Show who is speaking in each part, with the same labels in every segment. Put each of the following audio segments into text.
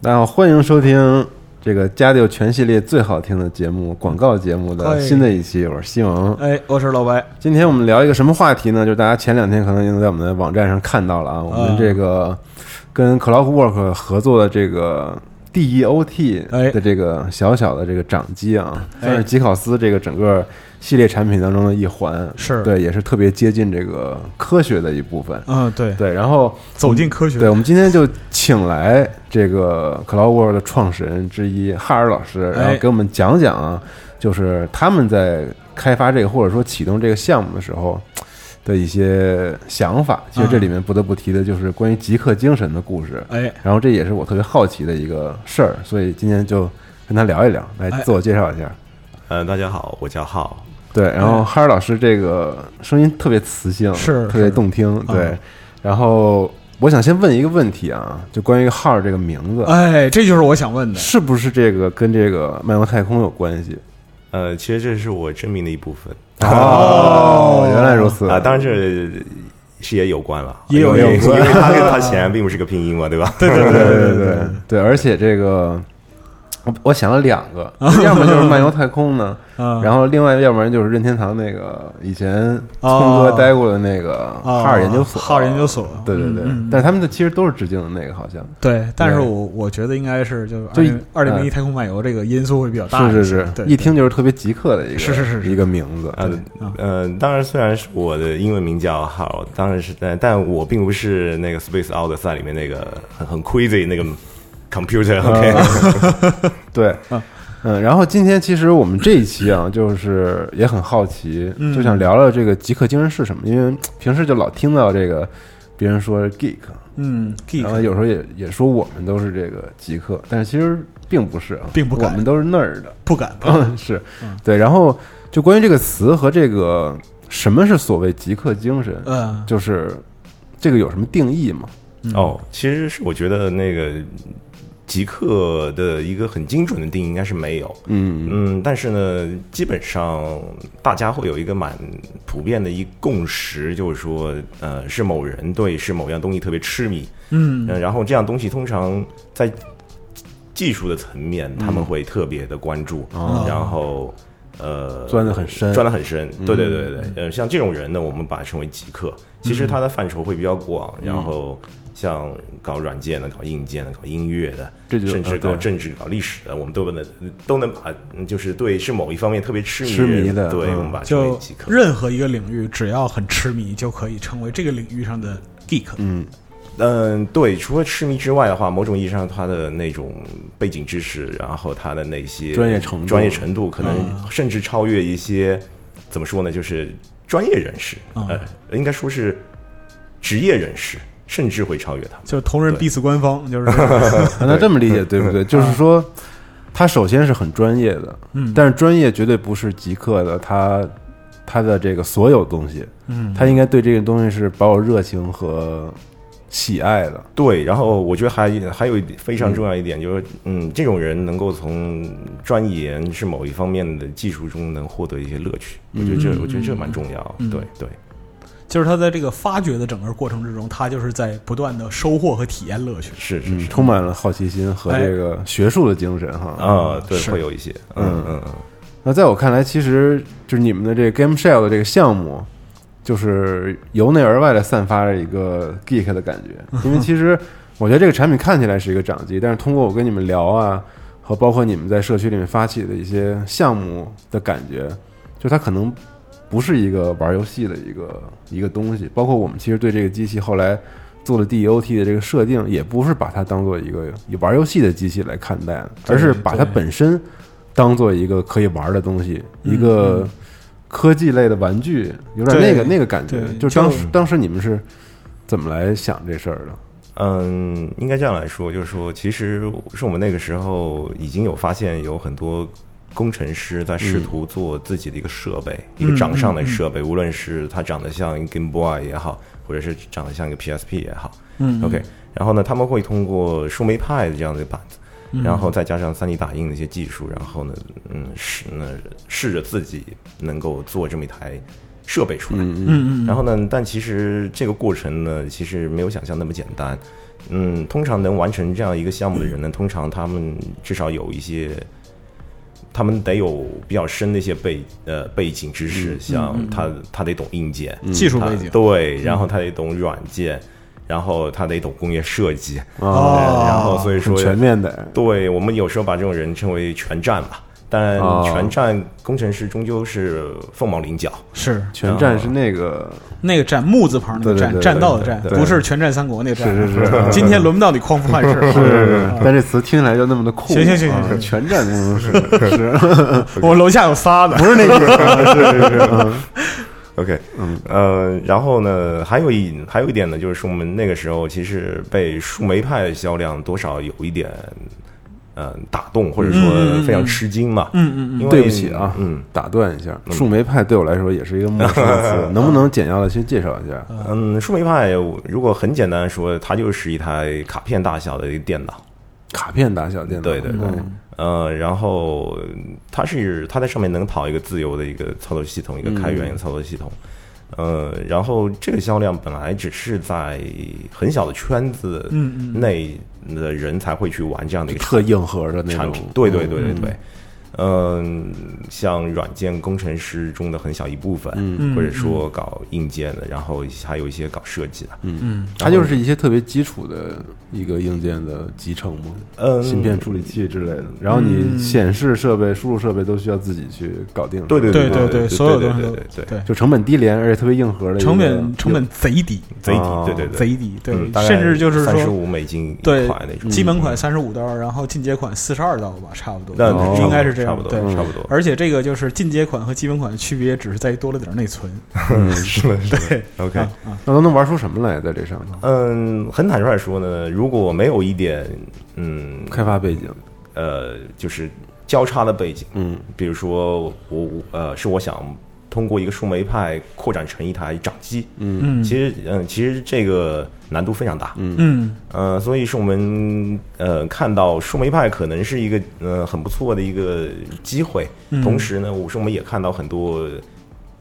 Speaker 1: 大家好，欢迎收听这个家里有全系列最好听的节目——广告节目的
Speaker 2: 哎
Speaker 1: 新的一期。我是西蒙。
Speaker 2: 哎，我是老白，
Speaker 1: 今天我们聊一个什么话题呢？就是大家前两天可能已经在我们的网站上看到了啊，我们这个跟 Clockwork 合作的这个 DEOT
Speaker 2: 哎
Speaker 1: 的这个小小的这个掌机啊，
Speaker 2: 哎
Speaker 1: 算是吉考斯这个整个系列产品当中的一环，
Speaker 2: 是
Speaker 1: 对，也是特别接近这个科学的一部分。
Speaker 2: 嗯，对，
Speaker 1: 对，然后
Speaker 2: 走进科学，
Speaker 1: 对，我们今天就请来这个 Cloudworld 的创始人之一哈尔老师，然后
Speaker 2: 哎
Speaker 1: 给我们讲讲啊，就是他们在开发这个或者说启动这个项目的时候的一些想法。其实这里面不得不提的就是关于极客精神的故事，
Speaker 2: 哎，
Speaker 1: 然后这也是我特别好奇的一个事儿，所以今天就跟他聊一聊，来
Speaker 2: 哎
Speaker 1: 自我介绍一下。
Speaker 3: 呃，大家好，我叫浩。
Speaker 1: 对，然后哈尔老师这个声音特别磁性，
Speaker 2: 哎是啊
Speaker 1: 特别
Speaker 2: 是
Speaker 1: 动听，对。然后我想先问一个问题啊，就关于哈尔这个名字，
Speaker 2: 哎，这就是我想问的，
Speaker 1: 是不是这个跟这个漫游太空有关系？
Speaker 3: 呃，其实这是我真名的一部分
Speaker 1: 哦，原来如此
Speaker 3: 啊、当然这是也有关了，
Speaker 2: 也有
Speaker 3: 因为
Speaker 2: 有
Speaker 3: 因
Speaker 2: 关
Speaker 3: 为它跟它显然并不是个拼音嘛， 对吧？对
Speaker 1: 对对对对对对，而且这个我我想了两个，
Speaker 2: 哦
Speaker 1: 要么就是漫游太空 呢，
Speaker 2: 嗯
Speaker 1: 然后另外要不然就是任天堂那个以前聪哥待过的那个哈尔研究所，
Speaker 2: 哦哈尔研究所嗯
Speaker 1: 对对对，但是他们的其实都是致敬的那个，好像。
Speaker 2: 对，但是
Speaker 1: 对
Speaker 2: 我我觉得应该是就是
Speaker 1: 就一
Speaker 2: 二零
Speaker 1: 嗯
Speaker 2: 零一太空漫游这个因素会比较大
Speaker 1: 是
Speaker 2: 一些，
Speaker 1: 是是，
Speaker 2: 对，
Speaker 1: 一听就是特别极客的一个，
Speaker 2: 是是是啊是
Speaker 1: 一个名字。
Speaker 3: 呃呃，当然，虽然是我的英文名叫浩，当然是，但但我并不是那个《Space Odyssey》里面那个很很 crazy 那个 computer。OK，、
Speaker 2: 啊
Speaker 1: 对，嗯，然后今天其实我们这一期啊，就是也很好奇，
Speaker 2: 嗯
Speaker 1: 就想聊聊这个极客精神是什么，因为平时就老听到这个别人说 geek，
Speaker 2: 嗯
Speaker 1: 然后
Speaker 2: ，geek，
Speaker 1: 有时候也也说我们都是这个极客，但是其实并不是啊，
Speaker 2: 并不
Speaker 1: 我
Speaker 2: 敢啊
Speaker 1: 们都是那儿的，
Speaker 2: 不敢，不敢
Speaker 1: 嗯， 是对。然后就关于这个词和这个什么是所谓极客精神，
Speaker 2: 嗯，
Speaker 1: 就是这个有什么定义吗？
Speaker 3: 哦，其实是我觉得那个极客的一个很精准的定义应该是没有，
Speaker 1: 嗯
Speaker 3: 嗯，但是呢，基本上大家会有一个蛮普遍的一共识，就是说，呃，是某人对是某样东西特别痴迷，
Speaker 2: 嗯，
Speaker 3: 嗯，然后这样东西通常在技术的层面他们会特别的关注，
Speaker 1: 哦
Speaker 3: 然后呃，
Speaker 1: 钻得很深嗯
Speaker 3: 钻得很深，对对对对对，呃，像这种人呢，我们把它称为极客，其实他的范畴会比较广，
Speaker 1: 嗯
Speaker 3: 然后像搞软件的、搞硬件的、搞音乐的，
Speaker 1: 这就
Speaker 3: 甚
Speaker 1: 啊
Speaker 3: 至搞
Speaker 1: 对
Speaker 3: 政治、搞历史的，我们都能都能把，就是对是某一方面特别痴迷
Speaker 1: 痴迷的
Speaker 3: 对
Speaker 1: 嗯
Speaker 3: 我们把它称为
Speaker 2: 就
Speaker 3: 极客。
Speaker 2: 任何一个领域，只要很痴迷，就可以成为这个领域上的 geek，
Speaker 1: 嗯
Speaker 3: 嗯，对，除了痴迷之外的话，某种意义上，他的那种背景知识，然后他的那些
Speaker 1: 专业程度嗯
Speaker 3: 专业程度可能甚至超越一些、怎么说呢，就是专业人士，
Speaker 1: 嗯
Speaker 2: 啊
Speaker 3: 呃，应该说是职业人士，甚至会超越他们。
Speaker 2: 就是同人
Speaker 3: 对
Speaker 2: B 四官方，就是
Speaker 1: 啊那这么 理解对不对？就是说，他首先是很专业的，
Speaker 2: 嗯
Speaker 1: 但是专业绝对不是极客的，他他的这个所有东西，
Speaker 2: 嗯，
Speaker 1: 他应该对这个东西是保有热情和喜爱的。
Speaker 3: 对，然后我觉得还还有一点非常重要一点，就是嗯，这种人能够从钻研是某一方面的技术中能获得一些乐趣，我觉得这我觉得这蛮重要。对对。
Speaker 2: 就是他在这个发掘的整个过程之中，他就是在不断的收获和体验乐趣。
Speaker 3: 是是
Speaker 1: 嗯，
Speaker 3: 是
Speaker 1: 充满了好奇心
Speaker 2: 哎
Speaker 1: 和这个学术的精神哈。
Speaker 3: 啊，对，
Speaker 2: 是
Speaker 3: 会有一些，
Speaker 1: 嗯
Speaker 3: 嗯嗯嗯，
Speaker 1: 那在我看来，其实就是你们的这个 Game Shell 的这个项目，就是由内而外的散发着一个 geek 的 感觉。因为其实我觉得这个产品看起来是一个掌机，但是通过我跟你们聊啊，和包括你们在社区里面发起的一些项目的感觉，就它可能不是一个玩游戏的一个一个东西。包括我们其实对这个机器后来做了 DOT 的这个设定，也不是把它当做一个玩游戏的机器来看待的，而是把它
Speaker 2: 对
Speaker 1: 本身当做一个可以玩的东西，
Speaker 2: 嗯
Speaker 1: 一个科技类的玩具，有点
Speaker 2: 对
Speaker 1: 那个那个感觉
Speaker 2: 对。
Speaker 1: 就
Speaker 2: 就
Speaker 1: 当时当时你们是怎么来想这事儿的？
Speaker 3: 嗯，应该这样来说，就是说，其实是我们那个时候已经有发现有很多工程师在试图做自己的一个设备，一个掌上
Speaker 2: 嗯
Speaker 3: 的设备，无论是它长得像一个 Game Boy 也好，或者是长得像一个 PSP 也好，
Speaker 2: 嗯
Speaker 3: ，OK，然后呢，他们会通过树莓派的这样的板子。
Speaker 2: 嗯
Speaker 3: 然后再加上 3D 打印的一些技术，然后呢，嗯，试呢试着自己能够做这么一台设备出来。
Speaker 1: 嗯
Speaker 2: 嗯嗯，
Speaker 3: 然后呢，但其实这个过程呢，其实没有想象那么简单。嗯，通常能完成这样一个项目的人呢，通常他们至少有一些，他们得有比较深的一些背呃背景知
Speaker 1: 嗯
Speaker 3: 识，像他他得懂硬件，
Speaker 2: 技术
Speaker 3: 他
Speaker 2: 背景
Speaker 1: 嗯
Speaker 3: 对，然后他得懂软件，然后他得懂工业设计，
Speaker 1: 啊，
Speaker 2: 哦
Speaker 3: 然后所以
Speaker 1: 很
Speaker 3: 说
Speaker 1: 全面的，
Speaker 3: 对我们有时候把这种人称为全站吧，但
Speaker 1: 哦
Speaker 3: 全站工程师终究是凤毛麟角。
Speaker 2: 是
Speaker 1: 全站是那个，
Speaker 2: 那个站木字旁那个
Speaker 1: 对对
Speaker 2: 站
Speaker 1: 对
Speaker 2: 栈道的
Speaker 3: 对
Speaker 2: 站，
Speaker 3: 对
Speaker 1: 对
Speaker 2: 不是全站三国那个站。
Speaker 1: 是是是
Speaker 2: 今天轮不到你匡扶汉室。
Speaker 1: 是，但这词听起来就那么的酷。
Speaker 2: 嗯行行行
Speaker 1: 啊
Speaker 2: 行行
Speaker 1: 全站工程 师是
Speaker 2: 我楼下有仨的，
Speaker 1: 不是那个？啊是是是嗯
Speaker 3: OK，嗯呃，然后呢，还有一还有一点呢，就是我们那个时候其实被树莓派的销量多少有一点，嗯、打动或者说非常吃惊嘛。嗯嗯因为
Speaker 1: 对不起啊，
Speaker 3: 嗯，
Speaker 1: 打断一下，树莓派对我来说也是一个陌生的 词，能不能简要的先介绍一下？
Speaker 3: 嗯，树莓派如果很简单地说，它就是一台卡片大小的一个电脑。
Speaker 1: 卡片大小电脑，
Speaker 3: 对对对
Speaker 1: 嗯
Speaker 3: 呃，然后它是它在上面能跑一个自由的一个操作系统，一个开源的操作系统。呃，然后这个销量本来只是在很小的圈子
Speaker 2: 嗯
Speaker 3: 内的人才会去玩这样的一个
Speaker 1: 特硬核的那
Speaker 3: 产
Speaker 1: 种
Speaker 3: 品。对对对对对，嗯、像软件工程师中的很小一部分，
Speaker 2: 嗯
Speaker 3: 或者说搞硬件的，然后还有一些搞设计的，嗯
Speaker 1: 它就是一些特别基础的一个硬件的集成嘛，
Speaker 3: 嗯
Speaker 1: 芯片处理器之类的。然后你显示设备、输入设备都需要自己去搞定。
Speaker 3: 对对
Speaker 2: 对
Speaker 3: 对
Speaker 2: 对，
Speaker 3: 对，
Speaker 2: 所有
Speaker 3: 对
Speaker 2: 东西
Speaker 3: 对
Speaker 2: 都
Speaker 3: 对对对，
Speaker 2: 对，
Speaker 1: 就成本低廉，而且特别硬核的一个
Speaker 2: 成本成本贼低，
Speaker 3: 贼低
Speaker 1: 哦，
Speaker 3: 嗯对对对，
Speaker 2: 贼低，啊对
Speaker 3: 嗯，大概
Speaker 2: 甚至就是
Speaker 3: 三十
Speaker 2: 说。
Speaker 3: 五美金一
Speaker 2: 对
Speaker 3: 块那，种，
Speaker 2: 基本款三十五刀，然后进阶款四十二刀吧，差不多，
Speaker 3: 那
Speaker 1: 哦
Speaker 3: 差不多
Speaker 2: 应该是这样
Speaker 3: 差不。
Speaker 2: 对
Speaker 3: 多，，差不多。
Speaker 2: 而且这个就是进阶款和基本款的区别，只是在于多了点内存。嗯
Speaker 3: 嗯
Speaker 2: 对
Speaker 3: OK，
Speaker 1: 那都能玩出什么来在这上面？
Speaker 3: 嗯，很坦率地说呢，如果没有一点，嗯，
Speaker 1: 开发背景，
Speaker 3: 呃，就是交叉的背景，
Speaker 1: 嗯，
Speaker 3: 比如说我我呃，是我想通过一个树莓派扩展成一台掌机，
Speaker 2: 嗯
Speaker 3: 其实嗯，其实这个难度非常大，嗯，
Speaker 2: 嗯，
Speaker 3: 呃，所以是我们呃看到树莓派可能是一个呃很不错的一个机会，同时呢，我是我们也看到很多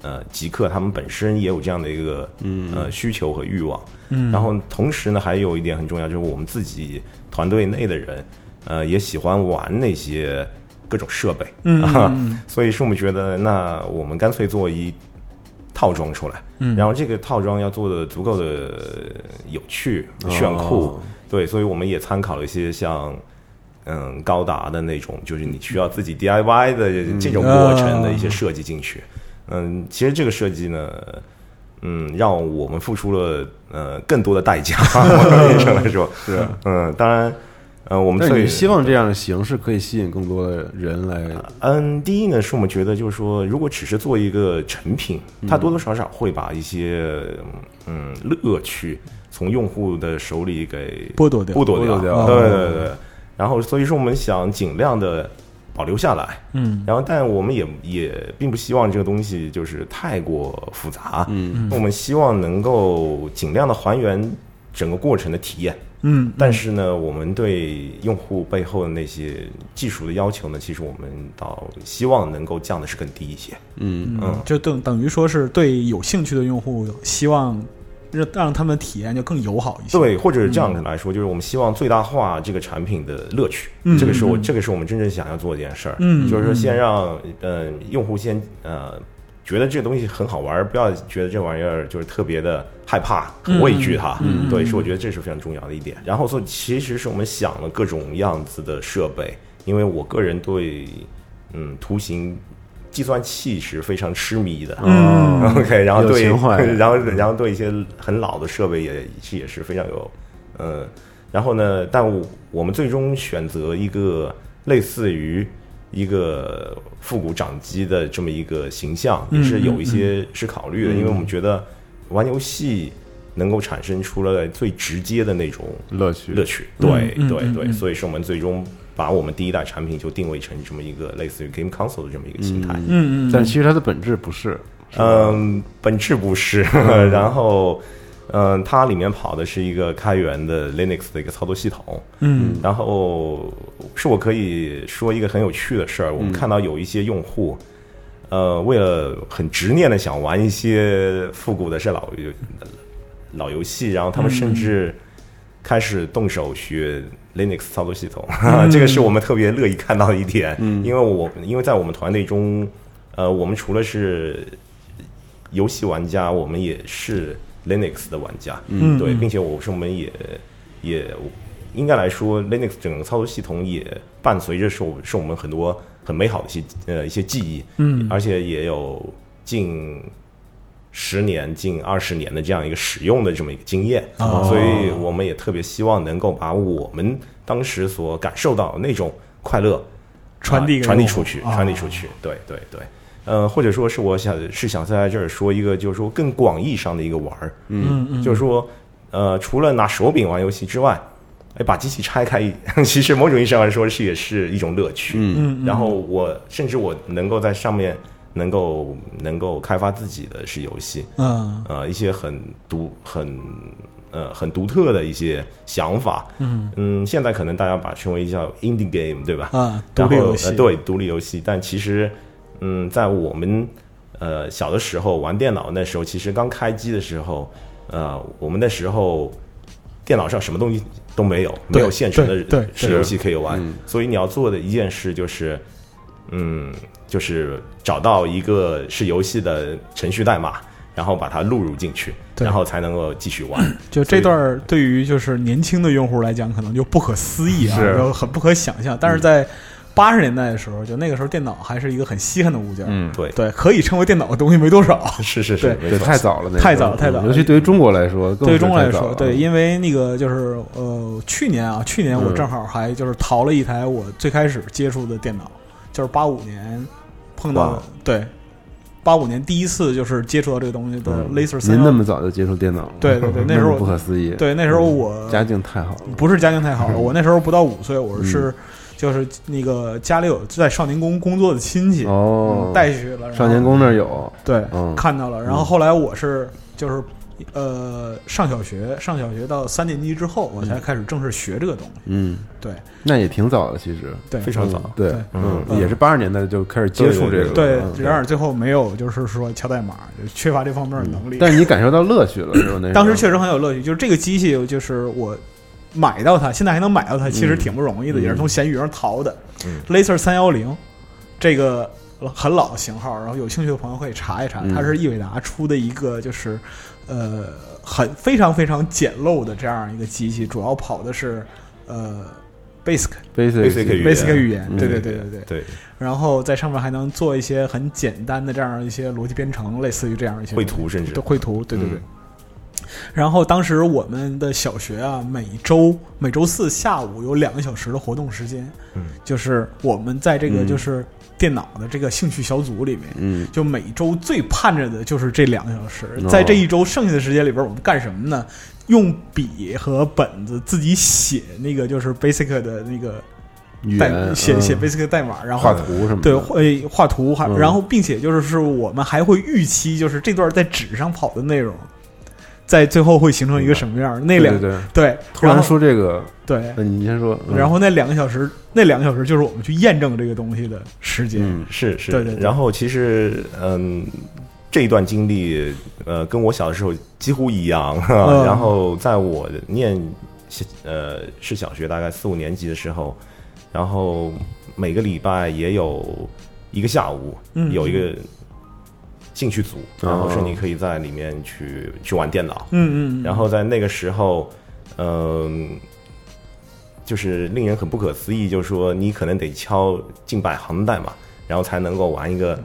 Speaker 3: 呃极客他们本身也有这样的一个呃需求和欲望，嗯，然后同时呢，还有一点很重要，就是我们自己团队内的人，呃，也喜欢玩那些各种设备，嗯、啊，所以是我们觉得那我们干脆做一套装出来，嗯，然后这个套装要做的足够的有趣、炫酷，
Speaker 1: 哦
Speaker 3: 对，所以我们也参考了一些像。嗯，高达的那种，就是你需要自己 DIY 的这种过程的一些设计进去。嗯，其实这个设计呢，嗯，让我们付出了呃更多的代价。医生来说是，嗯，当然，呃，我们
Speaker 1: 但是
Speaker 3: 最
Speaker 1: 你希望这样的形式可以吸引更多的人来，
Speaker 3: 嗯，第一呢，是我们觉得就是说，如果只是做一个成品，它多多少少会把一些嗯乐趣从用户的手里给
Speaker 2: 剥夺掉
Speaker 3: 剥夺嗯
Speaker 1: 剥夺掉
Speaker 3: 对对对。然后，所以说我们想尽量的保留下来，嗯。然后，但我们也也并不希望这个东西就是太过复杂，嗯。我们希望能够尽量的还原整个过程的体验，
Speaker 2: 嗯，
Speaker 3: 但是呢，我们对用户背后的那些技术的要求呢，其实我们倒希望能够降的是更低一些。
Speaker 1: 嗯，
Speaker 3: 嗯
Speaker 2: 就等等于说是对有兴趣的用户，希望让让他们体验就更友好一些。，
Speaker 3: 对，或者这样子来说，就是我们希望最大化这个产品的乐趣。
Speaker 2: 嗯
Speaker 3: 这个是我
Speaker 2: 嗯
Speaker 3: 这个是我们真正想要做的一件事儿。
Speaker 2: 嗯
Speaker 3: 就是说先让呃用户先呃觉得这个东西很好玩儿，不要觉得这玩意儿就是特别的害怕、很畏惧它。
Speaker 2: 嗯嗯
Speaker 3: 对，是我觉得这是非常重要的一点。然后所以其实是我们想了各种样子的设备，因为我个人对嗯图形。计算器是非常痴迷的，
Speaker 2: 嗯
Speaker 3: OK，然后
Speaker 1: 哦有
Speaker 3: 对，
Speaker 1: 情怀
Speaker 3: 然后然后对一些很老的设备也是也是非常有，呃，然后呢，但我我们最终选择一个类似于一个复古掌机的这么一个形象，也
Speaker 2: 嗯
Speaker 3: 是有一些是考虑的，因为我们觉得玩游戏能够产生出来最直接的那种
Speaker 1: 乐趣
Speaker 3: 乐趣，对
Speaker 2: 嗯
Speaker 3: 对
Speaker 2: 嗯
Speaker 3: 对，所以说我们最终把我们第一代产品就定位成这么一个类似于 game console 的这么一个形态，
Speaker 2: 嗯嗯，
Speaker 1: 但其实它的本质不是，是吧
Speaker 3: 嗯，本质不是， 然后。嗯，它里面跑的是一个开源的 Linux 的一个操作系统。
Speaker 2: 嗯，
Speaker 3: 然后是我可以说一个很有趣的事儿，我
Speaker 1: 嗯
Speaker 3: 们看到有一些用户，呃，为了很执念的想玩一
Speaker 1: 嗯
Speaker 3: 些复古的是老游老游戏，然后他们甚至开始动手学 Linux 操作系统，
Speaker 1: 嗯
Speaker 3: 这个是我们特别乐意看到的一点，因为我因为在我们团队中，呃，我们除了是游戏玩家，我们也是 Linux 的玩家，嗯，对，并且我是我们也也应该来说，Linux 整个操作系统也伴随着是我是我们很多很美好的一些呃一些记忆，嗯，而且也有近十年、近二十年的这样一个使用的这么一个经验，
Speaker 2: 哦
Speaker 3: 所以我们也特别希望能够把我们当时所感受到的那种快乐
Speaker 2: 传递
Speaker 3: 啊
Speaker 2: 给
Speaker 3: 传递
Speaker 2: 用户
Speaker 3: 出去，
Speaker 2: 啊
Speaker 3: 传递出去，对对对。呃，或者说是我想是想在这儿说一个，就是说更广义上的一个玩儿，
Speaker 2: 嗯嗯，
Speaker 3: 就是说，呃，除了拿手柄玩游戏之外，哎，把机器拆开， 其实某种意义上来说是也是一种乐趣。
Speaker 2: 嗯嗯
Speaker 3: 然后我甚至我能够在上面能够能够开发自己的是游戏，
Speaker 2: 嗯
Speaker 3: 呃，一些很独很呃很独特的一些想法。
Speaker 2: 嗯
Speaker 3: 嗯，现在可能大家把它称为叫 indie game，对吧？
Speaker 2: 啊，独
Speaker 3: 然后
Speaker 2: 立游戏
Speaker 3: 呃、对独立游戏，但其实，嗯，在我们呃小的时候玩电脑那时候，其实刚开机的时候，呃，我们那时候电脑上什么东西都没有，没
Speaker 2: 对
Speaker 3: 有现成的
Speaker 2: 对对
Speaker 3: 是
Speaker 2: 对
Speaker 3: 游戏可以玩
Speaker 1: 嗯，
Speaker 3: 所以你要做的一件事就是，嗯，就是找到一个是游戏的程序代码，然后把它录入进去，
Speaker 2: 对
Speaker 3: 然后才能够继续玩。
Speaker 2: 就这段儿对于就是年轻的用户来讲，可能就不可思议啊，
Speaker 1: 是
Speaker 2: 就很不可想象。
Speaker 3: 嗯
Speaker 2: 但是在八十年代的时候，就那个时候电脑还是一个很稀罕的物件，
Speaker 1: 嗯，
Speaker 3: 对，
Speaker 2: 对，可以称为电脑的东西没多少。
Speaker 3: 是是是，没
Speaker 1: 对，
Speaker 3: 错
Speaker 1: 太早了，那个
Speaker 2: 太早了太早了
Speaker 1: 尤其对于中国来说，更嗯
Speaker 2: 对
Speaker 1: 是
Speaker 2: 于中国来
Speaker 1: 太早
Speaker 2: 说，
Speaker 1: 了
Speaker 2: 对，因为那个就是呃，去年啊，去年我
Speaker 1: 嗯
Speaker 2: 正好还就是淘了一台我最开始接触的电脑，就是八五年碰到
Speaker 3: 哇
Speaker 2: 对，八五年第一次就是接触到这个东西的
Speaker 1: 嗯
Speaker 2: Laser 三
Speaker 1: 您那么早就接触电脑了，
Speaker 2: 对对对 那时候
Speaker 1: 么不可思议，
Speaker 2: 对，那时候我
Speaker 1: 家境太好了，
Speaker 2: 不是家境太好了，我那时候不到五岁，我是
Speaker 1: 嗯
Speaker 2: 就是那个家里有在少年宫工作的亲戚，
Speaker 1: 哦
Speaker 2: 嗯，带去了然后
Speaker 1: 少年宫那儿有，
Speaker 2: 对
Speaker 1: 嗯
Speaker 2: 看到了，然后
Speaker 1: 嗯
Speaker 2: 后来我是就是呃上小学，上小学到三年级之后，我才开始正式学这个东西，
Speaker 1: 嗯，
Speaker 2: 对
Speaker 1: 那也挺早的，其实
Speaker 2: 对
Speaker 3: 非。常早。
Speaker 1: 嗯对
Speaker 2: 对，
Speaker 1: 嗯，
Speaker 2: 嗯
Speaker 1: 也是八十年代就开始接触这个了，
Speaker 2: 对
Speaker 1: 嗯，
Speaker 2: 然而最后没有，就是说敲代码，就缺乏这方面的能力。
Speaker 1: 但是你感受到乐趣了，是吧？那时候
Speaker 2: 当时确实很有乐趣，就是这个机器，就是我买到它，现在还能买到它，其实
Speaker 1: 嗯
Speaker 2: 挺不容易的，
Speaker 1: 嗯
Speaker 2: 也是从闲鱼上淘的。
Speaker 3: 嗯
Speaker 2: Laser 三幺零这个很老的型号，然后有兴趣的朋友可以查一查，
Speaker 1: 嗯
Speaker 2: 它是易伟达出的一个就是呃很非常非常简陋的这样一个机器，主要跑的是呃 Basic
Speaker 1: basic
Speaker 3: Basic 语言
Speaker 2: Basic 语言，
Speaker 1: 嗯
Speaker 2: 对对对对对。
Speaker 3: 对，
Speaker 2: 然后在上面还能做一些很简单的这样一些逻辑编程，类似于这样一些
Speaker 3: 绘图甚至
Speaker 2: 对绘图，对对对。
Speaker 1: 嗯
Speaker 2: 然后当时我们的小学啊，每周每周四下午有两个小时的活动时间，
Speaker 3: 嗯
Speaker 2: 就是我们在这个
Speaker 1: 嗯
Speaker 2: 就是电脑的这个兴趣小组里面，
Speaker 1: 嗯，
Speaker 2: 就每周最盼着的就是这两个小时
Speaker 1: 哦，
Speaker 2: 在这一周剩下的时间里边，我们干什么呢？用笔和本子自己写那个就是 Basic 的那个
Speaker 1: 语
Speaker 2: 代
Speaker 1: 言
Speaker 2: 写写
Speaker 1: 嗯
Speaker 2: Basic 代码，然后
Speaker 1: 画图什么的，
Speaker 2: 对，会画图，还
Speaker 1: 嗯
Speaker 2: 然后，并且就是是我们还会预期，就是这段在纸上跑的内容，在最后会形成一个什么样儿？那
Speaker 1: 对
Speaker 2: 两
Speaker 1: 对对，
Speaker 2: 对，
Speaker 1: 突然
Speaker 2: 后
Speaker 1: 说这个，
Speaker 2: 对，
Speaker 1: 那你先说，嗯
Speaker 2: 然后那两个小时，那两个小时就是我们去验证这个东西的时间。
Speaker 1: 嗯
Speaker 3: 是是，
Speaker 2: 对对对
Speaker 3: 然后其实嗯，这一段经历呃，跟我小的时候几乎一样。
Speaker 2: 嗯
Speaker 3: 然后在我念小呃是小学大概四五年级的时候，然后每个礼拜也有一个下午，
Speaker 2: 嗯
Speaker 3: 有一个兴趣组，然后是
Speaker 1: 哦
Speaker 3: 你可以在里面去去玩电脑。
Speaker 2: 嗯嗯嗯，
Speaker 3: 然后在那个时候，嗯、就是令人很不可思议，就是说你可能得敲近百行的代码，然后才能够玩一个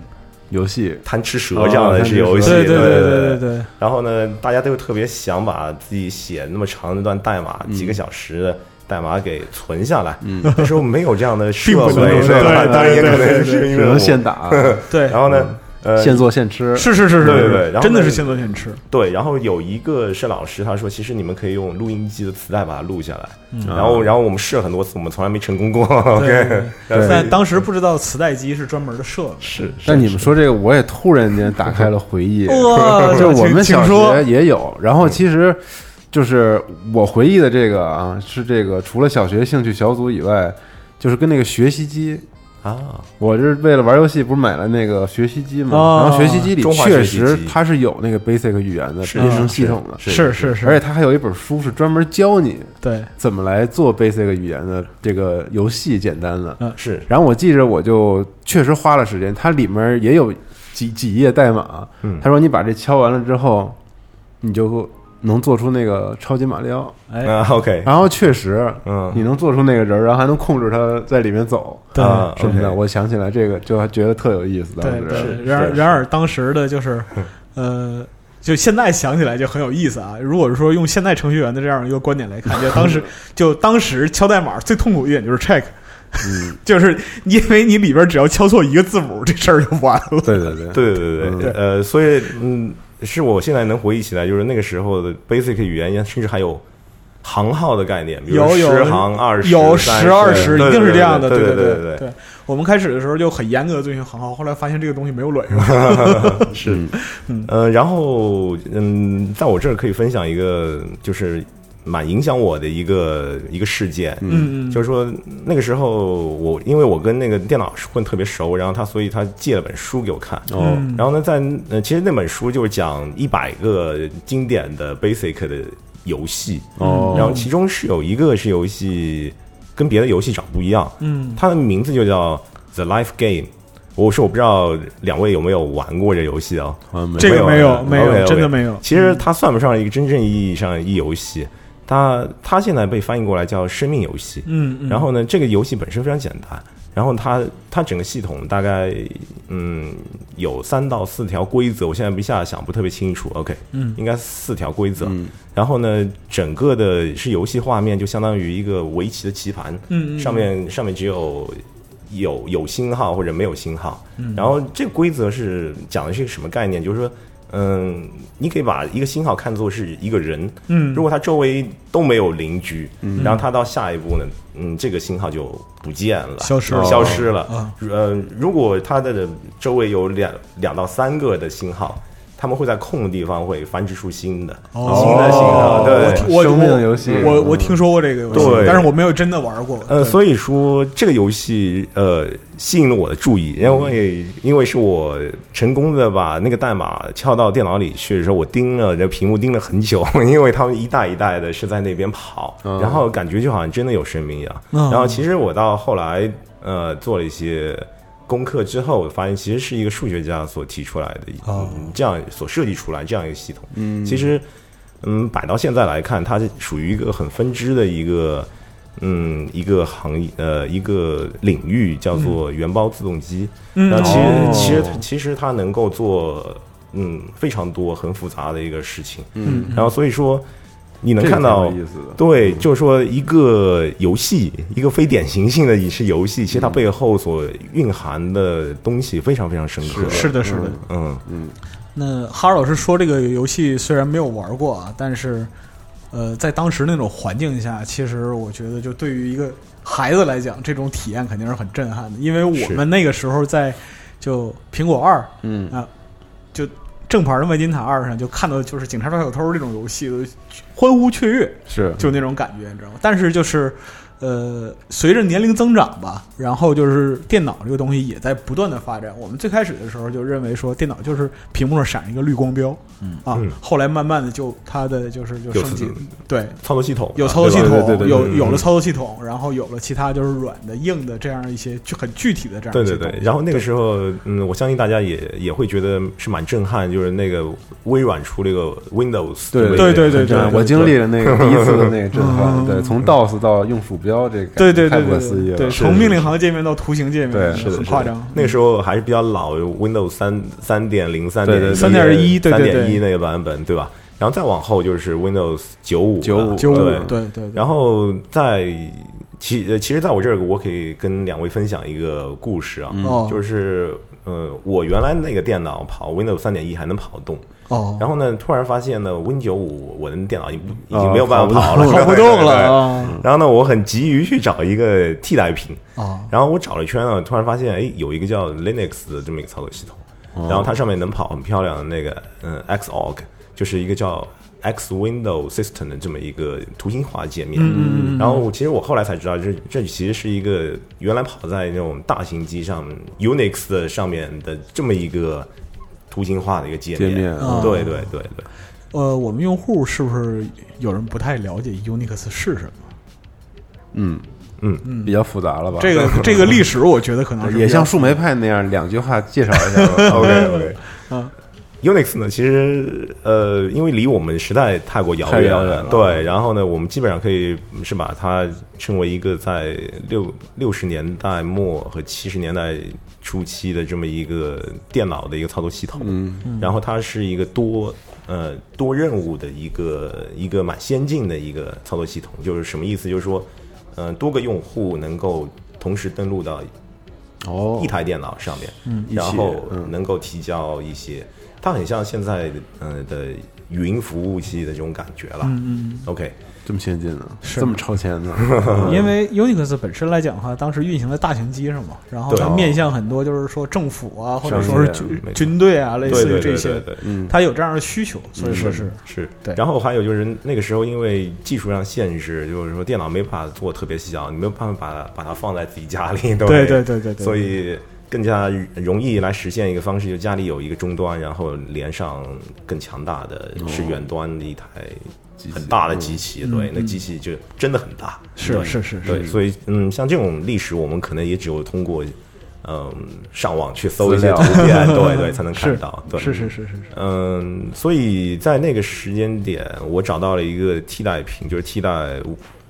Speaker 1: 游戏，
Speaker 3: 贪吃蛇这样的是游戏。
Speaker 2: 对
Speaker 3: 对
Speaker 2: 对
Speaker 3: 对
Speaker 2: 对对对，
Speaker 3: 然后呢，大家都特别想把自己写那么长的一段代码，几个小时的代码给存下来。嗯，那时候没有这样的设备，
Speaker 2: 并不能
Speaker 3: 对吧？
Speaker 2: 对
Speaker 3: 当然也
Speaker 2: 对
Speaker 3: 可
Speaker 2: 对
Speaker 3: 能
Speaker 2: 对对
Speaker 3: 是因
Speaker 1: 只
Speaker 3: 为我
Speaker 1: 能现 打，
Speaker 2: 对
Speaker 3: 然后呢，呃，
Speaker 1: 现做现吃，
Speaker 2: 是是是是，
Speaker 3: 对对
Speaker 2: 是
Speaker 3: 对然后
Speaker 2: 真的
Speaker 3: 呢
Speaker 2: 是现做现吃。
Speaker 3: 对，然后有一个是老师，他说其实你们可以用录音机的磁带把它录下来，
Speaker 1: 啊
Speaker 3: 然后然后我们试了很多次，我们从来没成功过。
Speaker 2: 嗯 对
Speaker 3: OK，
Speaker 2: 对，对但当时不知道磁带机是专门的设备。
Speaker 3: 是，是
Speaker 1: 但你们说这个，我也突然间打开了回 忆。
Speaker 2: 哇
Speaker 1: 就我们
Speaker 2: 请
Speaker 1: 小
Speaker 2: 请说
Speaker 1: 学也有，
Speaker 3: 嗯
Speaker 1: 然后其实就是我回忆的这个啊，是这个除了小学兴趣小组以外，就是跟那个学习机
Speaker 3: 啊，
Speaker 1: 我是为了玩游戏，不是买了那个学习机嘛？
Speaker 2: 哦
Speaker 1: 然后学习机里
Speaker 3: 中华
Speaker 1: 确
Speaker 3: 学习
Speaker 1: 实
Speaker 3: 机
Speaker 1: 它是有那个 Basic 语言的
Speaker 3: 是
Speaker 1: 编程系统的，
Speaker 2: 是是是，
Speaker 1: 而且它还有一本书是专门教你
Speaker 2: 对，
Speaker 1: 怎么来做 Basic 语言的这个游戏简单的。
Speaker 3: 是
Speaker 1: 然后我记着，我就确实花了时间，它里面也有几几页代码。
Speaker 3: 嗯
Speaker 1: 他说你把这敲完了之后，你就能做出那个超级马里奥。
Speaker 2: 哎，
Speaker 3: 啊，OK，
Speaker 1: 然后确实，
Speaker 3: 嗯
Speaker 1: 你能做出那个人儿，然后还能控制他在里面走。
Speaker 2: 对
Speaker 3: 啊
Speaker 1: 什么的，
Speaker 3: OK
Speaker 1: 我想起来这个就还觉得特有意思。当
Speaker 2: 对
Speaker 1: 时
Speaker 2: 对。
Speaker 3: 是
Speaker 2: 然而
Speaker 3: 是
Speaker 2: 然而当时的 就是，呃。就现在想起来就很有意思啊！如果是说用现代程序员的这样一个观点来看，就当 时就当时敲代码最痛苦一点就是 check，
Speaker 1: 嗯，
Speaker 2: 就是因为你里边只要敲错一个字母，这事儿就完了。
Speaker 1: 对嗯对对，
Speaker 3: 对对对对，呃，所以嗯，是我现在能回忆起来，就是那个时候的 Basic 语言，甚至还有行号的概念，比如
Speaker 2: 有有
Speaker 3: 十行、二十、
Speaker 2: 有
Speaker 3: 三
Speaker 2: 十二十，
Speaker 3: 对
Speaker 2: 一定是这样的，
Speaker 3: 对
Speaker 2: 对
Speaker 3: 对
Speaker 2: 对
Speaker 3: 对，
Speaker 2: 我们开始的时候就很严格的遵循行号，后来发现这个东西没有卵 用。
Speaker 1: 是
Speaker 3: 呃，然后嗯，在我这儿可以分享一个，就是蛮影响我的一个一个事件，
Speaker 2: 嗯嗯，
Speaker 3: 就是说那个时候我因为我跟那个电脑混特别熟，然后他所以他借了本书给我看，
Speaker 1: 哦，
Speaker 2: 嗯
Speaker 3: 然后呢，在呃其实那本书就是讲一百个经典的 Basic 的游戏，
Speaker 1: 哦
Speaker 3: 然后其中是有一个是游戏跟别的游戏长不一样，
Speaker 2: 嗯
Speaker 3: 它的名字就叫 The Life Game。我说我不知道两位有没有玩过这游戏啊？
Speaker 1: 好像没
Speaker 2: 这个
Speaker 3: 没
Speaker 2: 没
Speaker 3: 有
Speaker 2: 没
Speaker 3: 没
Speaker 2: 有，
Speaker 3: 有
Speaker 2: 真的
Speaker 3: 没
Speaker 2: 没有。
Speaker 3: 其实它算不上一个真正意义上的一游戏，它它现在被翻译过来叫生命游戏。
Speaker 2: 嗯，嗯
Speaker 3: 然后呢，这个游戏本身非常简单，然后它它整个系统大概嗯有三到四条规则，我现在一下想不特别清楚，OK，
Speaker 2: 嗯
Speaker 3: 应该四条规则。
Speaker 1: 嗯
Speaker 3: 然后呢，整个的是游戏画面，就相当于一个围棋的棋盘，
Speaker 2: 嗯嗯
Speaker 3: 上面上面只有有有星号或者没有星号。
Speaker 2: 嗯
Speaker 3: 然后这个规则是讲的是一个什么概念？就是说，嗯，你可以把一个星号看作是一个人，
Speaker 2: 嗯
Speaker 3: 如果他周围都没有邻居，然后他到下一步呢，嗯，这个信号就不见了，
Speaker 2: 消失了
Speaker 3: 消失了。
Speaker 2: 啊
Speaker 3: 呃，如果他的周围有两两到三个的信号，他们会在空的地方会繁殖出新的、
Speaker 2: 哦
Speaker 3: 新的信号，
Speaker 1: 哦
Speaker 3: 对。
Speaker 2: 我
Speaker 1: 生命游戏
Speaker 2: 我我听说过这个游戏，
Speaker 3: 嗯对
Speaker 2: 但是我没有真的玩过。
Speaker 3: 呃，所以说这个游戏呃吸引了我的注意，因为因为是我成功的把那个代码撬到电脑里去的时候，我盯了这屏幕盯了很久， 因为他们一代一代的是在那边跑，然后感觉就好像真的有生命一样。
Speaker 2: 嗯
Speaker 3: 然后其实我到后来呃做了一些。功课之后，我发现其实是一个数学家所提出来的，嗯这样所设计出来这样一个系统。嗯，其实，嗯，摆到现在来看，它是属于一个很分支的一个嗯，一个行业呃一个领域叫做原包自动机。
Speaker 2: 嗯
Speaker 3: 然后其实、
Speaker 1: 哦
Speaker 3: 其实其实它能够做嗯非常多很复杂的一个事情。
Speaker 2: 嗯，
Speaker 3: 然后所以说你能
Speaker 1: 这个
Speaker 3: 看到
Speaker 1: 挺有意思的
Speaker 3: 对，就是说一个游戏，一个非典型性的也是游戏，其实它背后所蕴含的东西非常非常深刻。
Speaker 2: 是的，是的。
Speaker 3: 嗯，
Speaker 2: 那哈尔老师说，这个游戏虽然没有玩过啊，但是，呃，在当时那种环境下，其实我觉得，就对于一个孩子来讲，这种体验肯定是很震撼的。因为我
Speaker 3: 是
Speaker 2: 们那个时候在就苹果二
Speaker 1: 嗯
Speaker 2: 啊，就正牌的麦金塔二上，就看到就是警察抓小偷这种游戏，都欢呼雀跃，
Speaker 1: 是
Speaker 2: 就那种感觉，你知道吗？但是就是，呃，随着年龄增长吧，然后就是电脑这个东西也在不断的发展。我们最开始的时候就认为说电脑就是屏幕上闪一个绿光标，嗯啊
Speaker 3: 嗯，
Speaker 2: 后来慢慢的就它的就是就
Speaker 3: 有
Speaker 2: 升
Speaker 3: 自
Speaker 2: 级
Speaker 3: 己，
Speaker 2: 对。
Speaker 3: 操作系统
Speaker 2: 有
Speaker 3: 啊
Speaker 2: 操作系
Speaker 3: 对吧
Speaker 2: 统，
Speaker 1: 对对对对
Speaker 2: 有
Speaker 3: 嗯
Speaker 2: 有了操作系统，然后有了其他就是软的、硬的这样一些就很具体的这样
Speaker 3: 对
Speaker 2: 一些
Speaker 3: 对
Speaker 2: 东西。
Speaker 3: 对，然后那个时候，嗯，我相信大家也也会觉得是蛮震撼，就是那个微软出了一个 Windows，
Speaker 1: 对
Speaker 3: 不
Speaker 2: 对对对
Speaker 1: 很震撼
Speaker 2: 对对
Speaker 1: 我经历了那个第一次的那个震 撼，对，从 DOS 到用鼠标这个感觉，
Speaker 2: 对对
Speaker 1: 太
Speaker 2: 对
Speaker 1: 不可思议
Speaker 2: 对
Speaker 1: 了，
Speaker 2: 对，
Speaker 1: 是
Speaker 2: 从命令行界面到图形界面，
Speaker 1: 对是
Speaker 3: 是的
Speaker 2: 很
Speaker 3: 是
Speaker 2: 夸
Speaker 3: 的
Speaker 2: 张。
Speaker 3: 那个时候还是比较老，Windows 三三点零、三
Speaker 1: 对
Speaker 3: 点
Speaker 1: 对
Speaker 2: 对对
Speaker 3: 三
Speaker 2: 对
Speaker 3: 点一那个版本，对吧？然后再往后就是 Windows 九五、
Speaker 1: 95
Speaker 2: 九五，
Speaker 3: 对
Speaker 2: 对对对，
Speaker 3: 然后在其呃，其实在我这儿，我可以跟两位分享一个故事啊，
Speaker 2: 哦
Speaker 3: 就是呃，我原来那个电脑跑 Windows 三点一还能跑动，
Speaker 2: 哦，
Speaker 3: 然后呢，突然发现呢，Win 九五我的电脑已经不已
Speaker 1: 啊
Speaker 3: 经没有办法
Speaker 1: 跑
Speaker 3: 跑
Speaker 1: 不
Speaker 3: 了，
Speaker 1: 动
Speaker 2: 跑不动了
Speaker 3: 对
Speaker 2: 啊
Speaker 3: 然后呢，我很急于去找一个替代品，
Speaker 2: 啊，
Speaker 3: 然后我找了一圈呢，突然发现，哎，有一个叫 Linux 的这么一个操作系统，然后它上面能跑很漂亮的那个，嗯，Xorg，就是一个叫 X Window System 的这么一个图形化界面。
Speaker 2: 嗯嗯嗯
Speaker 3: 然后其实我后来才知道，这这其实是一个原来跑在那种大型机上 Unix 的上面的这么一个图形化的一个界面。
Speaker 1: 界面
Speaker 2: 啊
Speaker 3: 对对对对。
Speaker 2: 呃，我们用户是不是有人不太了解 Unix 是什么？
Speaker 1: 嗯
Speaker 3: 嗯
Speaker 1: 嗯，比较复杂
Speaker 3: 啊
Speaker 1: 了吧？
Speaker 2: 这个 这个历史，我觉得可能是
Speaker 1: 也
Speaker 2: 比较
Speaker 1: 像树莓派那样两句话介绍一下吧。
Speaker 3: OK OK，
Speaker 1: 嗯
Speaker 2: 啊
Speaker 3: Unix 呢，其实呃，因为离我们实在太过遥
Speaker 1: 太
Speaker 3: 远
Speaker 1: 遥远
Speaker 3: 了，
Speaker 1: 了
Speaker 3: 对。然后呢，我们基本上可以是把它称为一个在六六十年代末和七十年代初期的这么一个电脑的一个操作系统。嗯，然后它是一个多呃多任务的一个一个蛮先进的一个操作系统。就是什么意思？就是说，呃，多个用户能够同时登录到
Speaker 1: 哦
Speaker 3: 一，台电脑上面，
Speaker 1: 一起
Speaker 3: 然后
Speaker 1: 嗯
Speaker 3: 能够提交一些，它很像现在呃的云服务器的这种感觉了。嗯 OK，
Speaker 1: 这么先进呢，
Speaker 2: 是
Speaker 1: 这么超前呢？
Speaker 2: 因为 Unix 本身来讲的话，当时运行在大型机上嘛，然后它
Speaker 3: 对
Speaker 2: 面向很多就是说政府啊，或者
Speaker 1: 商
Speaker 2: 说是
Speaker 1: 业
Speaker 2: 军
Speaker 3: 没错
Speaker 2: 军队啊，类
Speaker 3: 对
Speaker 2: 似于
Speaker 3: 对
Speaker 2: 这
Speaker 3: 对
Speaker 2: 些
Speaker 3: 对，对，
Speaker 1: 嗯，
Speaker 2: 它有这样的需求，所以说是
Speaker 3: 是
Speaker 2: 对
Speaker 3: 然后还有就是那个时候，因为技术上限制，就是说电脑没法做特别小，你没有办法把把它放在自己家里，对
Speaker 2: 对对对对对
Speaker 3: 所以更加容易来实现一个方式，就家里有一个终端，然后连上更强大的是远端的一台
Speaker 1: 机器
Speaker 3: 很大的机器，对，那机器就真的很大，
Speaker 2: 是
Speaker 3: 对
Speaker 2: 是是
Speaker 3: 对，
Speaker 2: 是，
Speaker 3: 所以嗯，像这种历史，我们可能也只有通过嗯上网去搜一些图
Speaker 1: 资
Speaker 3: 片，对对，才能看到，对，
Speaker 2: 是是是是是，
Speaker 3: 嗯，所以在那个时间点，我找到了一个替代品，就是替代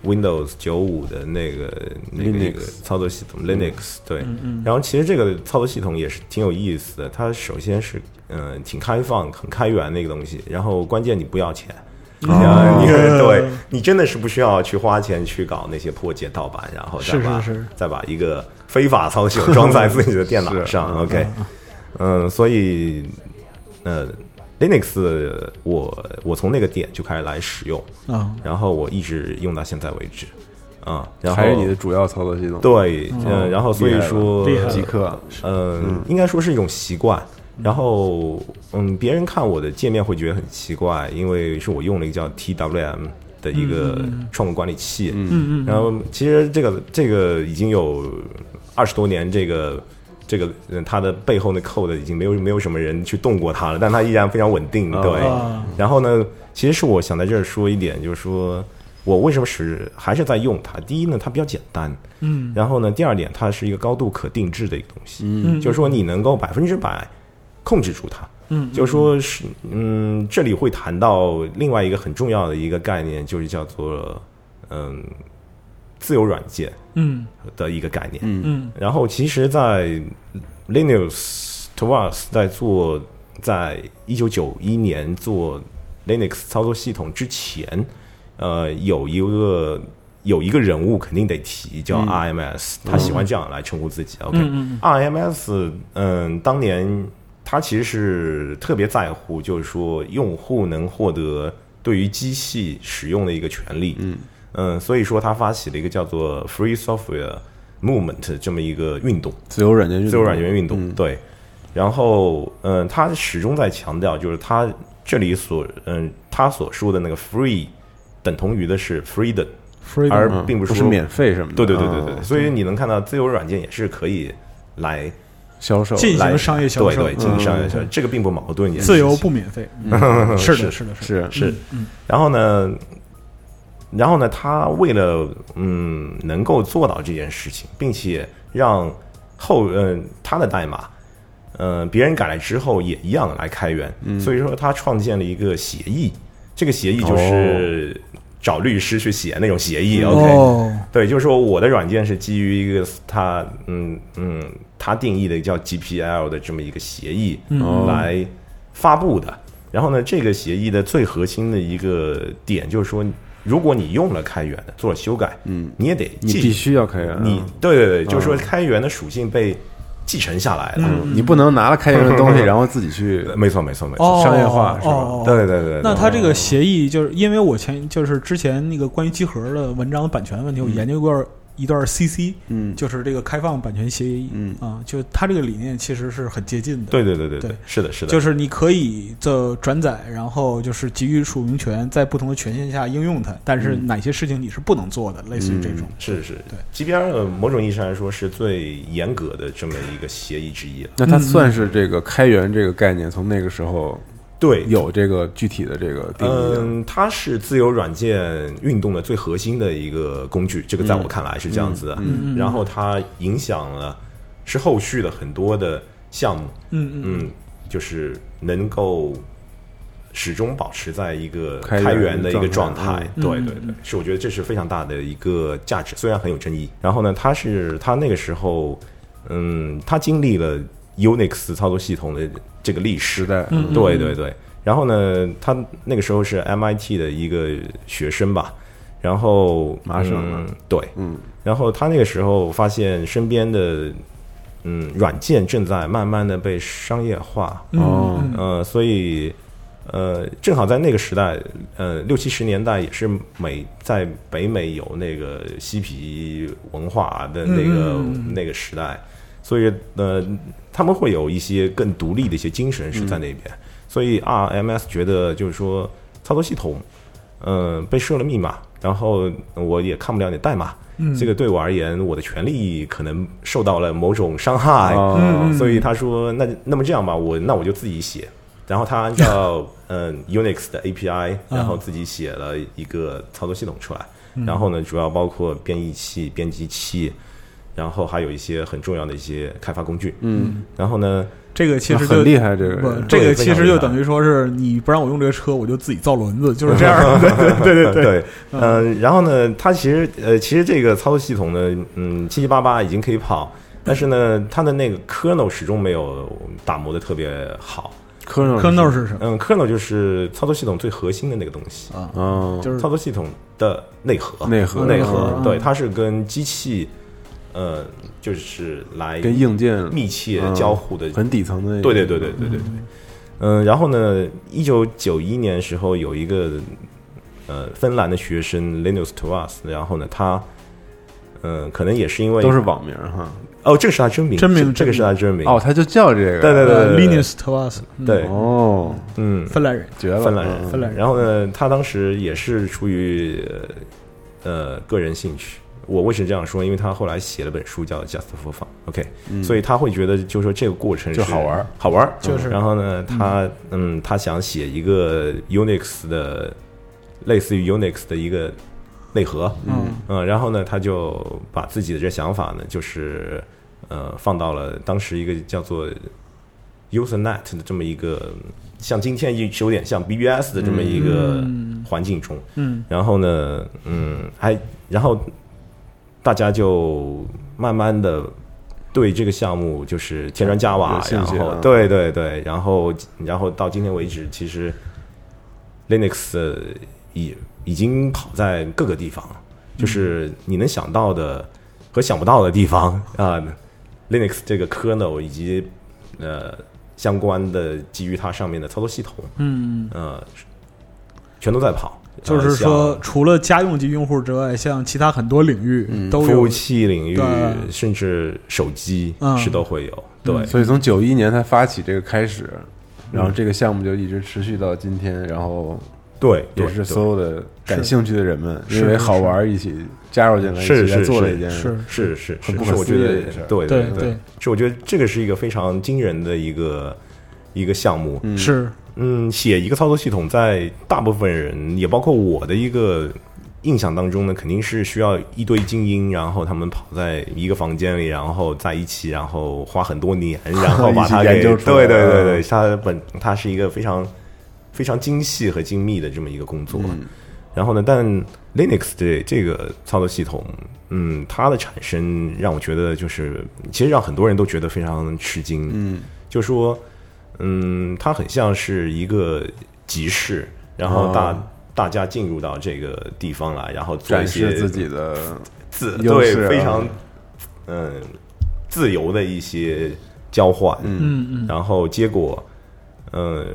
Speaker 3: Windows 九五的那个那个
Speaker 1: Linux
Speaker 3: 那个操作系
Speaker 2: 嗯
Speaker 3: 统 Linux。对，然后其实这个操作系统也是挺有意思的，它首先是嗯、呃挺开放、很开源的一个东西，然后关键你不要钱。 然啊
Speaker 2: 嗯
Speaker 3: 后你
Speaker 2: 哦
Speaker 3: 对你真的是不需要去花钱去搞那些破解盗版，然后再
Speaker 2: 是是
Speaker 3: 把
Speaker 2: 是
Speaker 3: 再把一个非法操作系统装在 自己的电脑上。OK，嗯，所以呃，Linux 我我从那个点就开始来使用，
Speaker 2: 啊，
Speaker 3: 然后我一直用到现在为止，啊、 然后
Speaker 1: 还是你的主要操作系统？
Speaker 3: 对，
Speaker 2: 哦
Speaker 3: 嗯、然后所以说
Speaker 2: 厉害了
Speaker 1: 极客，啊
Speaker 3: 嗯，应该说是一种习惯。然后，嗯，别人看我的界面会觉得很奇怪，因为是我用了一个叫 TWM 的一个创客管理器。嗯嗯嗯。然后，其实这个这个已经有二十多年，这个这个嗯它的背后的 code 已经没有没有什么人去动过它了，但它依然非常稳定。对。
Speaker 2: 啊
Speaker 3: 然后呢，其实是我想在这儿说一点，就是说我为什么使还是在用它。第一呢，它比较简单。
Speaker 2: 嗯
Speaker 3: 然后呢，第二点，它是一个高度可定制的一个东西，
Speaker 2: 嗯，
Speaker 3: 就是说你能够百分之百控制住它。
Speaker 2: 嗯
Speaker 3: 就是说是嗯，这里会谈到另外一个很重要的一个概念，就是叫做嗯自由软件
Speaker 2: 嗯
Speaker 3: 的一个概念。
Speaker 1: 嗯，
Speaker 2: 嗯
Speaker 3: 然后其实，在 Linux Torvalds 在做在一九九一年做 Linux 操作系统之前，呃，有一个有一个人物肯定得提，叫 IMS，、他喜欢这样来称呼自己。
Speaker 2: 嗯
Speaker 3: OK，IMS，嗯，当年他其实是特别在乎，就是说用户能获得对于机器使用的一个权利。嗯所以说他发起了一个叫做 Free Software Movement 这么一个运动。
Speaker 1: 自由软件运动，嗯
Speaker 3: 自由软件运动，对。然后，嗯，他始终在强调，就是他这里所，嗯，他所说的那个 free 等同于的是 freedom，而
Speaker 2: ，freedom
Speaker 3: 并
Speaker 1: 嗯不
Speaker 3: 是
Speaker 1: 是
Speaker 3: 说，
Speaker 1: 免费什么的。
Speaker 3: 对对对对对。
Speaker 1: 嗯
Speaker 3: 所以你能看到，自由软件也是可以来
Speaker 1: 销售
Speaker 2: 进
Speaker 3: 来
Speaker 2: 行商业销售，
Speaker 3: 对对，进行商业销售，
Speaker 2: 嗯
Speaker 3: 这个并不矛盾，也是
Speaker 2: 自由
Speaker 3: 事情
Speaker 2: 不嗯免 费，嗯是的，是的，的，
Speaker 1: 是
Speaker 3: 是，然后呢，然后呢，他为了嗯能够做到这件事情，并且让后嗯、他的代码。嗯，别人改了之后也一样来开源，
Speaker 2: 嗯
Speaker 3: 所以说他创建了一个协议，这个协议
Speaker 2: 哦
Speaker 3: 就是找律师去写那种协议。OK，
Speaker 2: 哦，
Speaker 3: 对，就是说我的软件是基于一个他嗯嗯他定义的叫 GPL 的这么一个协议
Speaker 2: 嗯哦
Speaker 3: 来发布的。然后呢，这个协议的最核心的一个点就是说，如果你用了开源的做了修改，嗯，你也得
Speaker 1: 你
Speaker 3: 继
Speaker 1: 必须要开源啊，
Speaker 3: 你对对对，就是说开源的属性被继承下来了。
Speaker 2: 嗯
Speaker 1: 嗯你不能拿了开源的 东西，然后自己去
Speaker 3: 没错没错没错，
Speaker 2: 哦，
Speaker 1: 商业化是吧
Speaker 2: 哦哦
Speaker 3: 对对对对。
Speaker 2: 那
Speaker 3: 对
Speaker 2: 他这个协议就是因为我前就是之前那个关于集合的文章的版权问题，我研究过一段 CC，
Speaker 1: 嗯
Speaker 2: 就是这个开放版权协议，
Speaker 1: 嗯
Speaker 2: 啊，就它这个理念其实是很接近的，
Speaker 3: 对对对对
Speaker 2: 对
Speaker 3: 对，是的，是的，
Speaker 2: 就是是你可以的转载，然后就是给予署名权，在不同的权限下应用它，但是哪些事情你是不能做的，类似于这种。
Speaker 3: 是是
Speaker 2: 对
Speaker 3: GDPR 的呃某种意义上来说是最严格的这么一个协议之一了。
Speaker 1: 那它算是这个开源这个概念，从那个时候
Speaker 3: 对，
Speaker 1: 有这个具体的这个定义啊的。
Speaker 3: 嗯，它是自由软件运动的最核心的一个工具，这个在我看来是这样子的。
Speaker 2: 嗯嗯
Speaker 3: 然后它影响了是后续的很多的项目，
Speaker 2: 嗯嗯，
Speaker 3: 嗯，就是能够始终保持在一个
Speaker 1: 开源
Speaker 3: 开源的一个
Speaker 1: 状
Speaker 3: 状
Speaker 1: 态
Speaker 3: 态。
Speaker 2: 嗯
Speaker 3: 对
Speaker 2: 嗯
Speaker 3: 对对，是我觉得这是非常大的一个价值，虽然很有争议。然后呢，它是它那个时候，嗯，它经历了 Unix 操作系统的这个历史
Speaker 1: 时代，
Speaker 2: 嗯
Speaker 3: 对对对。然后呢，他那个时候是 MIT 的一个学生吧，然后
Speaker 1: 麻省
Speaker 3: 嗯
Speaker 1: 啊
Speaker 3: 对，
Speaker 1: 嗯
Speaker 3: 然后他那个时候发现身边的嗯软件正在慢慢的被商业化，
Speaker 2: 嗯
Speaker 1: 哦
Speaker 2: 嗯
Speaker 3: 呃，所以呃，正好在那个时代，呃，六七十年代也是美在北美有那个嬉皮文化的那个、
Speaker 2: 嗯嗯嗯嗯
Speaker 3: 那个时代，所以呃，他们会有一些更独立的一些精神是在那
Speaker 2: 嗯
Speaker 3: 边，所以 RMS 觉得就是说操作系统，呃，被设了密码，然后我也看不了你的代码。
Speaker 2: 嗯
Speaker 3: 这个对我而言，我的权利可能受到了某种伤害，
Speaker 1: 哦
Speaker 2: 嗯
Speaker 3: 所以他说那那么这样吧，我那我就自己写。然后他按 照嗯 Unix 的 API，然
Speaker 2: 嗯
Speaker 3: 后自己写了一个操作系统出来。然后呢，主要包括编译器、编辑器，然后还有一些很重要的一些开发工具。
Speaker 1: 嗯，
Speaker 3: 然后呢，
Speaker 2: 这个其
Speaker 1: 那
Speaker 2: 实就
Speaker 1: 很厉害，这个
Speaker 2: 不，
Speaker 1: 人
Speaker 2: 这个
Speaker 3: 对非
Speaker 2: 其
Speaker 3: 常
Speaker 2: 实
Speaker 3: 厉
Speaker 2: 就
Speaker 3: 害
Speaker 2: 等于说是你不让我用这个车，我就自己造轮子，就是这样的。对对对对，
Speaker 3: 对，嗯、然后呢，它其实呃，其实这个操作系统呢，嗯，七七八八已经可以跑，但是呢，它的那个 kernel 始终没有打磨的特别好。
Speaker 1: 科诺
Speaker 2: 坑豆是什么？
Speaker 3: 嗯，kernel 就是操作系统最核心的那个东西。
Speaker 2: 啊，
Speaker 1: 哦，
Speaker 2: 就是
Speaker 3: 操作系统的内核，
Speaker 1: 内核
Speaker 3: 内
Speaker 2: 嗯
Speaker 3: 核，对，它是跟机器，呃，就是来
Speaker 1: 跟硬嗯件
Speaker 3: 密切交互的，
Speaker 1: 很底层的那个，
Speaker 3: 对对对对对对对。嗯，然后呢，一九九一年时候有一个呃芬兰的学生 Linus t o a s 然后呢，他嗯、呃可能也是因为
Speaker 1: 都是网名儿哈。
Speaker 3: 哦，这个是他真名，
Speaker 2: 真名
Speaker 3: 这这个是他真名
Speaker 1: 哦，，他就叫这个，
Speaker 3: 对对对
Speaker 2: 呃 Linus t o a s
Speaker 3: 对
Speaker 1: 哦，
Speaker 3: 嗯，
Speaker 2: 芬兰人，
Speaker 1: 绝了，
Speaker 3: 芬兰人
Speaker 1: 嗯
Speaker 2: 芬兰人
Speaker 3: 然后呢，他当时也是出于呃呃个人兴趣。我为什么这样说？因为他后来写了本书叫《Just for Fun》，OK，、所
Speaker 1: 嗯
Speaker 2: 嗯
Speaker 3: 以他会觉得就是说这个过程
Speaker 1: 就是好玩儿，
Speaker 3: 好玩儿。
Speaker 2: 就是
Speaker 3: 然后呢，他嗯他想写一个 Unix 的类似于 Unix 的一个内核，
Speaker 2: 嗯
Speaker 3: 嗯，然后呢，他就把自己的这想法呢，就是呃，放到了当时一个叫做 Usenet 的这么一个，像今天有有点像 BBS 的这么一个
Speaker 2: 嗯
Speaker 3: 环境中。
Speaker 2: 嗯
Speaker 3: 然后呢，嗯，还然后大家就慢慢的对这个项目就是添砖加瓦
Speaker 1: 有，兴
Speaker 3: 然
Speaker 1: 趣
Speaker 3: 后
Speaker 1: 啊
Speaker 3: 对对对，然后然后到今天为止，其实 Linux 呃已已经跑在各个地方了，就是你能想到的和想不到的地方啊、l i n u x 这个 kernel 以及呃相关的基于它上面的操作系统，
Speaker 2: 嗯。
Speaker 3: 呃，全都在跑。
Speaker 2: 就是
Speaker 3: 呃像
Speaker 2: 说，除了家用级用户之外，像其他很多领域都
Speaker 3: 嗯服
Speaker 2: 有
Speaker 3: 务。器领域
Speaker 2: 对，
Speaker 3: 甚至手机
Speaker 2: 嗯
Speaker 3: 是都会有。对，
Speaker 1: 所以从九一年他发起这个开始，然
Speaker 3: 嗯
Speaker 1: 后这个项目就一直持续到今天，然后
Speaker 3: 对，
Speaker 1: 也
Speaker 3: 对
Speaker 1: 是所有的感
Speaker 2: 是
Speaker 1: 兴趣的人们
Speaker 2: 是
Speaker 1: 因为好玩儿一起加入进来，一
Speaker 3: 是
Speaker 1: 起在
Speaker 3: 是
Speaker 1: 做了
Speaker 3: 是
Speaker 1: 一件
Speaker 2: 是
Speaker 3: 是是是
Speaker 1: 很不
Speaker 3: 是，
Speaker 1: 可
Speaker 3: 我
Speaker 1: 思
Speaker 3: 觉
Speaker 1: 议
Speaker 3: 得
Speaker 1: 的一件事儿
Speaker 3: 对
Speaker 2: 对对
Speaker 3: 对，是我觉得这个是一个非常惊人的一个一个项目。
Speaker 1: 嗯
Speaker 2: 是，
Speaker 3: 嗯，写一个操作系统，在大部分人也包括我的一个印象当中呢，肯定是需要一堆精英，然后他们跑在一个房间里，然后在一起，然后花很多年，然后把它
Speaker 1: 一起研
Speaker 3: 给
Speaker 1: 究出来嗯
Speaker 3: 对对对对，它本它是一个非常非常精细和精密的这么一个工作。然后呢，但 Linux 这这个操作系统，嗯，它的产生让我觉得就是，其实让很多人都觉得非常吃惊。嗯，就说，嗯，它很像是一个集市，然后大、
Speaker 1: 哦
Speaker 3: 大家进入到这个地方来，然后做一
Speaker 1: 展
Speaker 3: 些
Speaker 1: 示自己的
Speaker 3: 自
Speaker 1: 优势
Speaker 3: 对
Speaker 1: 啊
Speaker 3: 非常嗯自由的一些交换。嗯
Speaker 2: 嗯嗯，
Speaker 3: 然后结果，呃，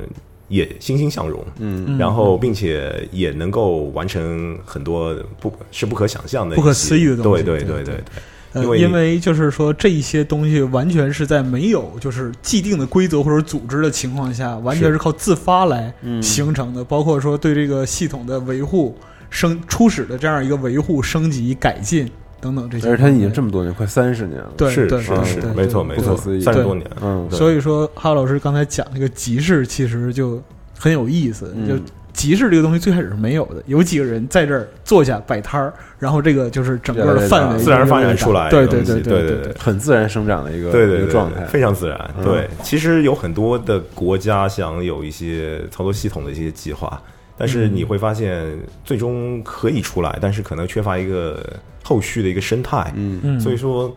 Speaker 3: 也欣欣向荣，
Speaker 1: 嗯
Speaker 3: 然后并且也能够完成很多不是不可想象的一些、
Speaker 2: 不可思议的东西
Speaker 3: 对
Speaker 2: 对
Speaker 3: 对
Speaker 2: 对
Speaker 3: 对
Speaker 2: 呃，
Speaker 3: 因为
Speaker 2: 因为就是说这一些东西完全是在没有就是既定的规则或者组织的情况下，完全
Speaker 3: 是嗯
Speaker 2: 是靠自发来
Speaker 1: 嗯
Speaker 2: 形成的，包括说对这个系统的维护、升初始的这样一个维护、升级、改进等等这些。
Speaker 1: 而且他已经这么多年，快三十年了，
Speaker 2: 对
Speaker 3: 是
Speaker 2: 对
Speaker 3: 是
Speaker 2: 对
Speaker 3: 是
Speaker 2: 对，
Speaker 3: 没错
Speaker 2: 对
Speaker 3: 没
Speaker 1: 不
Speaker 3: 错
Speaker 1: 可，思议
Speaker 3: 三十
Speaker 2: 对
Speaker 3: 多年，
Speaker 1: 嗯，
Speaker 3: 对
Speaker 2: 所以说，哈老师刚才讲这个集市，其实就很有意思。
Speaker 1: 嗯
Speaker 2: 就集市这个东西最开始是没有的，有几个人在这儿坐下摆摊儿，然后这个就是整个的范围
Speaker 3: 自然发展
Speaker 2: 越来越大
Speaker 3: 出来
Speaker 2: 对
Speaker 3: 的
Speaker 2: 对
Speaker 3: 东西
Speaker 2: 对
Speaker 3: 对
Speaker 2: 对
Speaker 3: 对
Speaker 1: 很自然生长的一个
Speaker 3: 对对
Speaker 1: 一
Speaker 3: 对
Speaker 1: 个状态，
Speaker 3: 非常自然。
Speaker 1: 嗯
Speaker 3: 对，其实有很多的国家想有一些操作系统的一些计划，但是
Speaker 2: 嗯
Speaker 3: 你会发现最终可以出来，但是可能缺乏一个后续的一个生态。
Speaker 1: 嗯
Speaker 2: 嗯，
Speaker 3: 所以说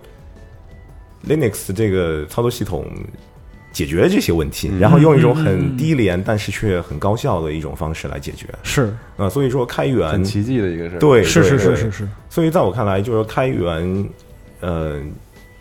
Speaker 3: ，Linux 这个操作系统。解决了这些问题，
Speaker 1: 嗯
Speaker 3: 然后用一种
Speaker 2: 嗯嗯嗯
Speaker 3: 很低廉但是却很高效的一种方式来解决
Speaker 2: 是
Speaker 3: 啊、所以说开源
Speaker 1: 很奇迹的一个事儿，
Speaker 3: 对
Speaker 2: 是
Speaker 3: 对
Speaker 2: 是
Speaker 3: 对
Speaker 2: 是是是，
Speaker 3: 所以在我看来，就是说开源，呃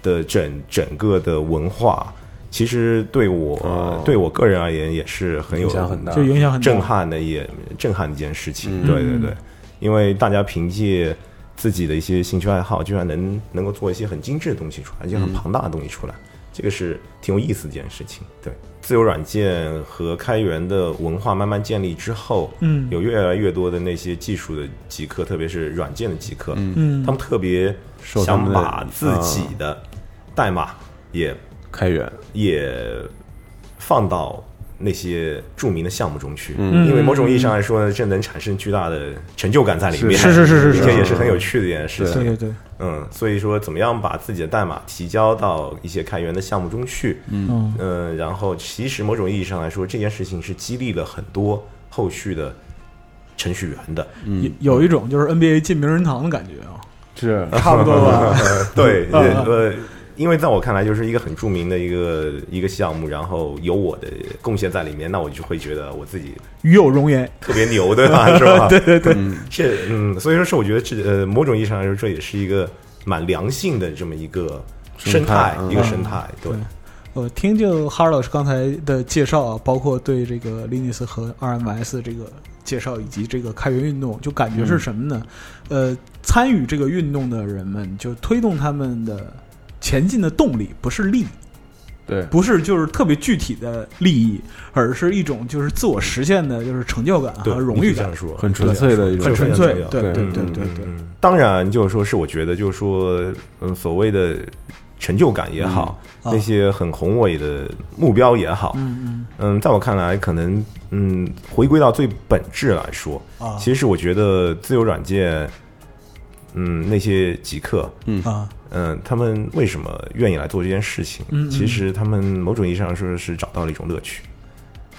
Speaker 3: 的整整个的文化，其实对我、
Speaker 1: 哦
Speaker 3: 对我个人而言也是很有
Speaker 1: 影响很大
Speaker 2: 就影响很大
Speaker 3: 震。撼的也震撼的一件事情。
Speaker 1: 嗯
Speaker 3: 对对对，因为大家凭借自己的一些兴趣爱好，居然能能够做一些很精致的东西出来，一些
Speaker 1: 嗯
Speaker 3: 很庞大的东西出来，这个是挺有意思的一件事情。对，自由软件和开源的文化慢慢建立之后，
Speaker 2: 嗯
Speaker 3: 有越来越多的那些技术的极客，特别是软件的极客，
Speaker 1: 嗯
Speaker 2: 嗯
Speaker 3: 他，们特别
Speaker 1: 受他们
Speaker 3: 想
Speaker 1: 的
Speaker 3: 把自己的代码也
Speaker 1: 开源，
Speaker 3: 也放到那些著名的项目中去，
Speaker 1: 嗯
Speaker 3: 因为某种意义上来说呢，这能产生巨大的成就感在里面，
Speaker 1: 是
Speaker 2: 是是是是
Speaker 3: 并且也是很有趣的一件事
Speaker 2: 对
Speaker 3: 情。
Speaker 2: 对对，
Speaker 3: 嗯，所以说怎么样把自己的代码提交到一些开源的项目中去，
Speaker 2: 嗯
Speaker 3: 嗯，然后其实某种意义上来说，这件事情是激励了很多后续的程序员的，
Speaker 2: 有有一种就是 NBA 进名人堂的感觉啊，
Speaker 1: 嗯是
Speaker 2: 差不多吧。
Speaker 3: 对，
Speaker 2: 啊
Speaker 3: 也
Speaker 2: 啊
Speaker 3: 呃，因为在我看来，就是一个很著名的一个一个项目，然后有我的贡献在里面，那我就会觉得我自己
Speaker 2: 与有荣焉，
Speaker 3: 特别牛，对吧？是吧？对对
Speaker 1: 对，
Speaker 3: 这嗯，所以说是我觉得这呃，某种意义上来说，这也是一个蛮良性的这么一个生态，
Speaker 1: 生态
Speaker 3: 一个
Speaker 2: 嗯
Speaker 3: 生态，对。
Speaker 2: 我呃听就哈尔老师刚才的介绍啊，包括对这个 Linux 和 RMS 这个介绍，以及这个开源运动，就感觉是什么呢？呃，参与这个运动的人们，就推动他们的前进的动力，不是利益，
Speaker 1: 对，
Speaker 2: 不是就是特别具体的利益，而是一种就是自我实现的，就是成就感
Speaker 3: 对，
Speaker 2: 啊和荣
Speaker 3: 你
Speaker 2: 誉
Speaker 3: 可以这
Speaker 2: 感
Speaker 3: 样。说，
Speaker 1: 很纯粹的一种
Speaker 3: 很纯
Speaker 2: 粹
Speaker 3: 的
Speaker 2: 对
Speaker 1: 对
Speaker 2: 对
Speaker 1: 嗯
Speaker 2: 对对
Speaker 3: 嗯
Speaker 2: 对，
Speaker 3: 嗯当然，就是说是我觉得，就是说，嗯，所谓的成就感也好，
Speaker 2: 嗯啊
Speaker 3: 那些很宏伟的目标也好，
Speaker 2: 嗯
Speaker 3: 嗯，在我看来，可能嗯，回归到最本质来说，
Speaker 2: 嗯啊
Speaker 3: 其实我觉得自由软件，嗯，那些极客，
Speaker 2: 啊
Speaker 3: 嗯，他们为什么愿意来做这件事情？
Speaker 2: 嗯嗯
Speaker 3: 其实他们某种意义上说是找到了一种乐趣。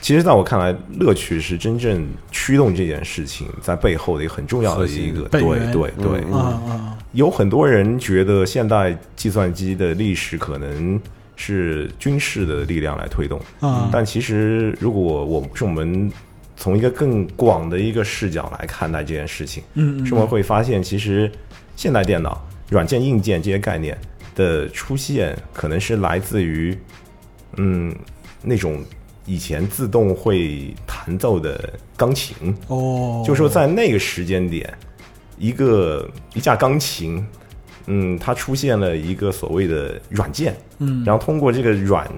Speaker 3: 其实，在我看来，乐趣是真正驱动这件事情在背后的一个很重要的一个
Speaker 1: 核
Speaker 2: 心
Speaker 3: 对对
Speaker 2: 本源
Speaker 3: 对。
Speaker 1: 嗯
Speaker 2: 啊啊，
Speaker 3: 有很多人觉得现代计算机的历史可能是军事的力量来推动，
Speaker 2: 啊
Speaker 3: 但其实如果我是我们从一个更广的一个视角来看待这件事情，
Speaker 2: 嗯嗯
Speaker 3: 是我们会发现，其实现代电脑、软件、硬件这些概念的出现，可能是来自于嗯那种以前自动会弹奏的钢琴，
Speaker 2: 哦，
Speaker 3: 就说在那个时间点，一个一架钢琴，嗯，它出现了一个所谓的软件，
Speaker 2: 嗯，
Speaker 3: 然后通过这个软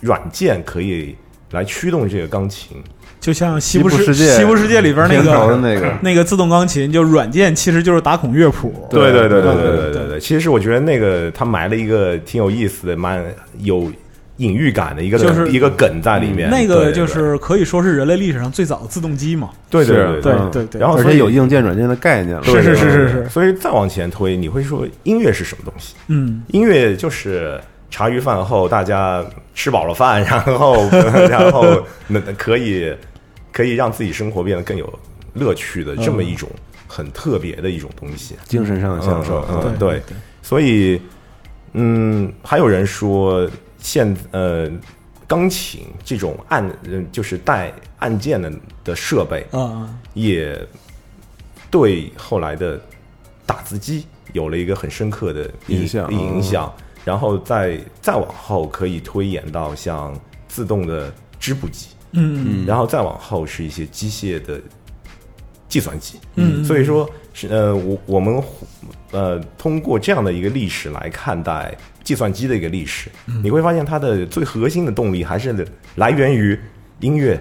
Speaker 3: 软件可以来驱动这个钢琴，
Speaker 2: 就像西
Speaker 1: 西
Speaker 2: 部
Speaker 1: 部世
Speaker 2: 世
Speaker 1: 界
Speaker 2: 西部世界里边那
Speaker 1: 片头的
Speaker 2: 个
Speaker 1: 那个，
Speaker 2: 那个自动钢琴，就软件其实就是打孔乐谱。
Speaker 1: 对
Speaker 3: 对对
Speaker 1: 对
Speaker 3: 对
Speaker 1: 对
Speaker 3: 对对对。其实我觉得那个他埋了一个挺有意思的、蛮有隐喻感的一个梗
Speaker 2: 就是嗯
Speaker 3: 一个梗在里面。
Speaker 2: 那个
Speaker 3: 对
Speaker 2: 就
Speaker 3: 对
Speaker 2: 是可以说是人类历史上最早的自动机嘛。
Speaker 3: 对对
Speaker 1: 是
Speaker 3: 对
Speaker 2: 对
Speaker 1: 嗯
Speaker 2: 对对，
Speaker 3: 然后
Speaker 1: 而
Speaker 3: 所
Speaker 1: 且
Speaker 3: 以
Speaker 1: 有硬件、软件的概念了，
Speaker 3: 对
Speaker 2: 是
Speaker 3: 对
Speaker 2: 是是
Speaker 3: 对
Speaker 2: 是
Speaker 3: 对
Speaker 2: 是
Speaker 3: 所以再往前推，你会说音乐是什么东西？
Speaker 2: 嗯
Speaker 3: 音乐就是茶余饭后大家吃饱了饭，然后 然后那可以可以让自己生活变得更有乐趣的这么
Speaker 2: 嗯
Speaker 3: 一种很特别的一种东西。
Speaker 1: 精神上的享受，
Speaker 3: 嗯
Speaker 1: 嗯
Speaker 3: 对所以，嗯，还有人说现呃，钢琴这种按呃就是带按键的的设备，
Speaker 2: 啊啊
Speaker 3: 也对后来的打字机有了一个很深刻的
Speaker 1: 影响
Speaker 3: 影响。然后再再往后，可以推演到像自动的织布机，
Speaker 2: 嗯
Speaker 1: 嗯
Speaker 3: 然后再往后是一些机械的计算机。
Speaker 2: 嗯
Speaker 3: 所以说是呃，我我们呃通过这样的一个历史来看待计算机的一个历史，你会发现它的最核心的动力还是来源于音乐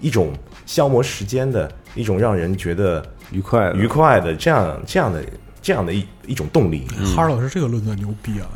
Speaker 3: 一种消磨时间的一种让人觉得
Speaker 1: 愉快的
Speaker 3: 愉快的这样这样的这样的一一种动力。
Speaker 2: 哈尔老师这个论断牛逼啊！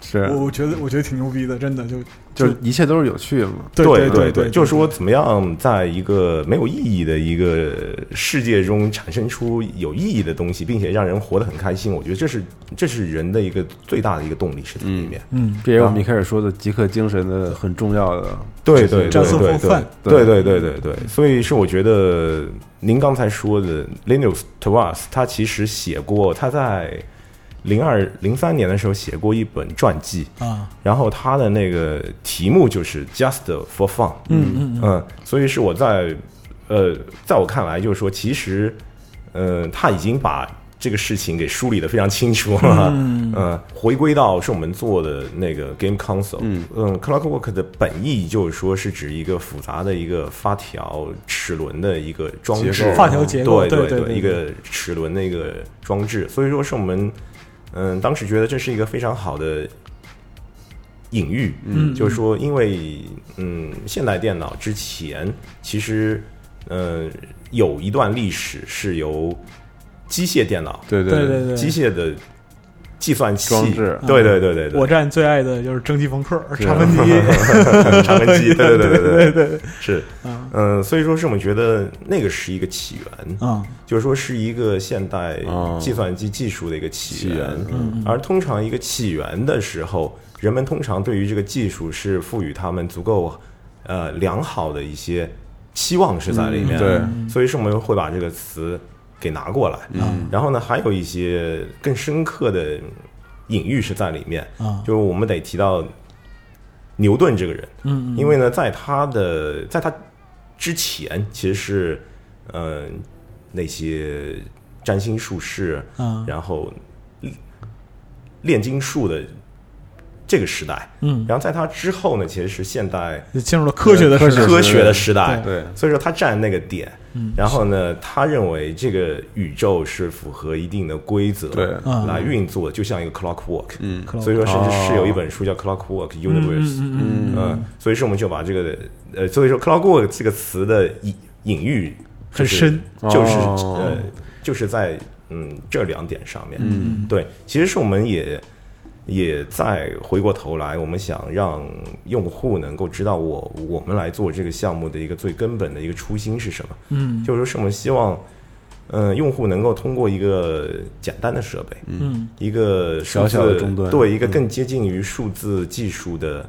Speaker 1: 是
Speaker 2: 我我觉得我觉得挺牛逼的，真的就
Speaker 1: 就是一切都是有趣的嘛。
Speaker 2: 对
Speaker 3: 对
Speaker 2: 对
Speaker 3: 对，就是说怎么样在一个没有意义的一个世界中产生出有意义的东西，并且让人活得很开心。我觉得这是这是人的一个最大的一个动力是在里面。
Speaker 2: 嗯，
Speaker 1: 这也是我们一开始说的极客精神的很重要的，
Speaker 3: 对对对
Speaker 2: 战胜
Speaker 3: 对
Speaker 2: 风范
Speaker 3: 对对对对对，所以是我觉得您刚才说的 Linus Torvalds，他其实写过，他在零二零三年的时候写过一本传记，
Speaker 2: 啊，
Speaker 3: 然后他的那个题目就是 Just for Fun，
Speaker 2: 嗯嗯
Speaker 3: 嗯，所以是我在呃，在我看来，就是说，其实，呃，他已经把这个事情给梳理的非常清楚了。嗯、 呃，回归到是我们做的那个 Game Console，嗯嗯，Clockwork 的本意就是说是指一个复杂的一个发条齿轮的一个装
Speaker 1: 结
Speaker 3: 置
Speaker 1: 构，
Speaker 2: 发条结构
Speaker 3: 对
Speaker 2: 对对对
Speaker 3: 一个齿轮的一个装置，所以说是我们嗯，当时觉得这是一个非常好的隐喻，
Speaker 2: 嗯
Speaker 3: 就是说，因为嗯，现代电脑之前其实呃有一段历史是由机械电脑、
Speaker 1: 对
Speaker 2: 嗯对对对，
Speaker 3: 机械的计算器
Speaker 1: 装置
Speaker 3: 对对对对对，
Speaker 2: 我 站最爱的就是蒸汽朋克、
Speaker 1: 是
Speaker 2: 查芬迪，
Speaker 3: 长根机，对对对对对对，是，
Speaker 2: 啊
Speaker 3: 嗯，所以说是我们觉得那个是一个起源，
Speaker 2: 啊，
Speaker 3: 就是说是一个现代
Speaker 1: 哦
Speaker 3: 计算机技术的一个啊起源，嗯
Speaker 1: 起源
Speaker 3: 而通常一个起源的时候，人们通常对于这个技术是赋予他们足够呃良好的一些期望是在里面，
Speaker 1: 嗯
Speaker 3: 对，所以是我们会把这个词给拿过来，
Speaker 2: 嗯
Speaker 3: 然后呢，还有一些更深刻的隐喻是在里面，
Speaker 2: 啊
Speaker 3: 就是我们得提到牛顿这个人，
Speaker 2: 嗯
Speaker 3: 因为呢，在他的在他之前，其实是嗯、呃、那些占星术士，
Speaker 2: 啊
Speaker 1: 嗯
Speaker 3: 然后炼炼金术的这个时代，
Speaker 2: 嗯，
Speaker 3: 然后在他之后呢，其实是现代
Speaker 2: 就进入了科学的
Speaker 1: 科
Speaker 2: 时代，
Speaker 3: 科学的时代，
Speaker 1: 嗯对
Speaker 2: 嗯
Speaker 1: 嗯
Speaker 3: 所以说他占那个点，然后呢，他认为这个宇宙是符合一定的规则
Speaker 1: 对
Speaker 2: 嗯
Speaker 3: 来运作，就像一个 clockwork，
Speaker 1: 嗯
Speaker 3: 所以说甚至
Speaker 1: 哦
Speaker 3: 是有一本书叫 Clockwork
Speaker 2: 嗯
Speaker 3: Universe，
Speaker 2: 嗯嗯嗯
Speaker 3: 嗯，所以说我们就把这个呃，所以说 clockwork 这个词的隐隐喻
Speaker 2: 很
Speaker 3: 就是
Speaker 2: 深
Speaker 3: 就是
Speaker 1: 哦
Speaker 3: 呃，就是在嗯这两点上面，嗯，对，其实是我们也也在回过头来，我们想让用户能够知道我我们来做这个项目的一个最根本的一个初心是什么，
Speaker 2: 嗯
Speaker 3: 就是说是我们希望。嗯，用户能够通过一个简单的设备，
Speaker 2: 嗯
Speaker 3: 一个数
Speaker 1: 小
Speaker 3: 字
Speaker 1: 小的终端嗯
Speaker 3: 对一个更接近于数字技术的，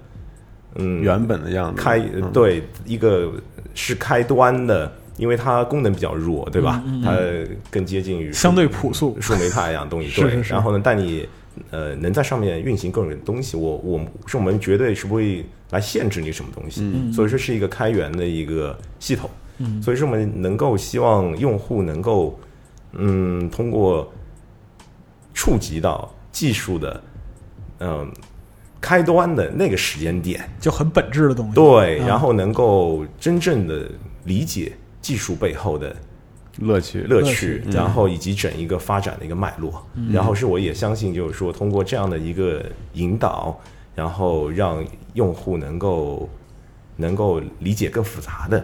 Speaker 3: 嗯，
Speaker 1: 原本的样子
Speaker 3: 开
Speaker 1: 嗯
Speaker 3: 对一个是开端的，因为它功能比较弱，对吧？它更接近于
Speaker 2: 嗯相对朴素
Speaker 3: 树 莓派一样东西，
Speaker 2: 是
Speaker 3: 对。
Speaker 2: 是是
Speaker 3: 然后呢，但你呃能在上面运行各种东西，我我是我们绝对是不会来限制你什么东西，所以说是一个开源的一个系统，
Speaker 2: 嗯
Speaker 3: 所以说我们能够希望用户能够嗯通过触及到技术的嗯、开端的那个时间点，
Speaker 2: 就很本质的东西，
Speaker 3: 对，
Speaker 2: 嗯
Speaker 3: 然后能够真正的理解技术背后的
Speaker 1: 乐趣
Speaker 3: 乐
Speaker 2: 乐
Speaker 3: 趣
Speaker 2: 趣，嗯
Speaker 3: 然后以及整一个发展的一个脉络。然后是我也相信，就是说通过这样的一个引导，然后让用户能够能够理解更复杂的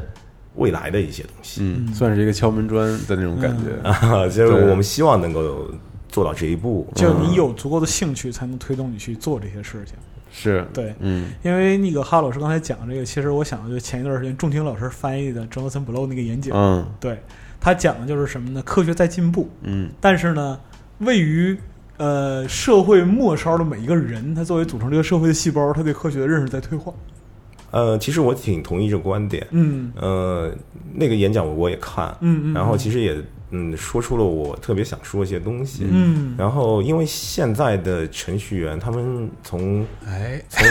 Speaker 3: 未来的一些东西。
Speaker 1: 嗯，算是一个敲门砖的那种感觉。
Speaker 3: 啊， 就是
Speaker 1: 对
Speaker 3: 我们希望能够做到这一步。
Speaker 2: 嗯就你有足够的兴趣，才能推动你去做这些事情。
Speaker 1: 是，
Speaker 2: 对，
Speaker 1: 嗯，
Speaker 2: 因为那个哈老师刚才讲这个，其实我想就前一段时间仲卿老师翻译的 Jonathan Blow 那个演讲，
Speaker 1: 嗯
Speaker 2: 对他讲的就是什么呢？科学在进步，
Speaker 1: 嗯
Speaker 2: 但是呢，位于呃社会末梢的每一个人，他作为组成这个社会的细胞，他对科学的认识在退化。
Speaker 3: 呃，其实我挺同意这个观点。
Speaker 2: 嗯
Speaker 3: 呃，那个演讲我也看，
Speaker 2: 嗯嗯
Speaker 3: 然后其实也嗯说出了我特别想说一些东西，
Speaker 2: 嗯，
Speaker 3: 然后因为现在的程序员他们从
Speaker 2: 哎，
Speaker 3: 从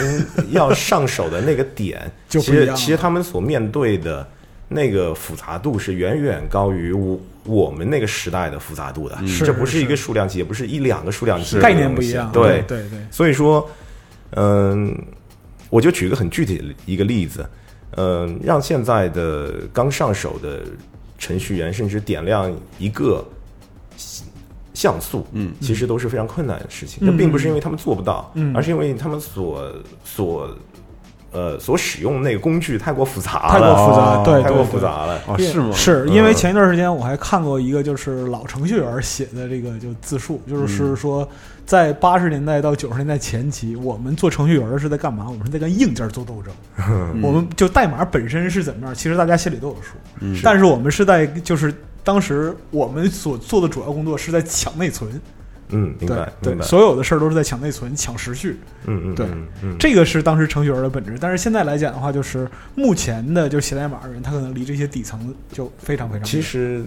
Speaker 3: 要上手的那个点，
Speaker 2: 就
Speaker 3: 其
Speaker 2: 不一
Speaker 3: 实
Speaker 2: 样
Speaker 3: 其实他们所面对的那个复杂度是远远高于我我们那个时代的复杂度的，
Speaker 2: 是
Speaker 3: 这不是
Speaker 2: 是
Speaker 3: 一个数量级，也不是一两个数量级的
Speaker 2: 概念不
Speaker 3: 东
Speaker 2: 一
Speaker 3: 西
Speaker 2: 样，
Speaker 3: 对
Speaker 2: 对对，
Speaker 3: 所以说，嗯、我就举一个很具体的一个例子，呃，让现在的刚上手的程序员甚至点亮一个像素，嗯，其实都是非常困难的事情。那、并不是因为他们做不到，
Speaker 2: 嗯
Speaker 3: 而是因为他们所所呃所使用那个工具太过复杂
Speaker 2: 太过复
Speaker 3: 了，
Speaker 2: 杂，
Speaker 1: 哦
Speaker 2: 对，
Speaker 3: 太
Speaker 2: 对
Speaker 3: 过
Speaker 2: 对
Speaker 3: 复杂了。
Speaker 1: 哦，是吗？
Speaker 3: 嗯
Speaker 2: 是因为前一段时间我还看过一个就是老程序员写的这个就自述，就是
Speaker 3: 嗯
Speaker 2: 是说在八十年代到九十年代前期，我们做程序员是在干嘛？我们是在跟硬件做斗 争，
Speaker 3: 嗯
Speaker 2: 我们就代码本身是怎么样，其实大家心里都有数。
Speaker 1: 嗯
Speaker 2: 但是我们是在就是当时我们所做的主要工作是在抢内存，
Speaker 3: 嗯，明
Speaker 2: 对
Speaker 3: 白，明
Speaker 2: 对，
Speaker 3: 白。
Speaker 2: 所有的事儿都是在抢内存、抢时序。
Speaker 3: 嗯嗯，
Speaker 2: 对
Speaker 3: 嗯嗯，
Speaker 2: 这个是当时程序员的本质，但是现在来讲的话，就是目前的就写代码的人，他可能离这些底层就非常非常远
Speaker 3: 其实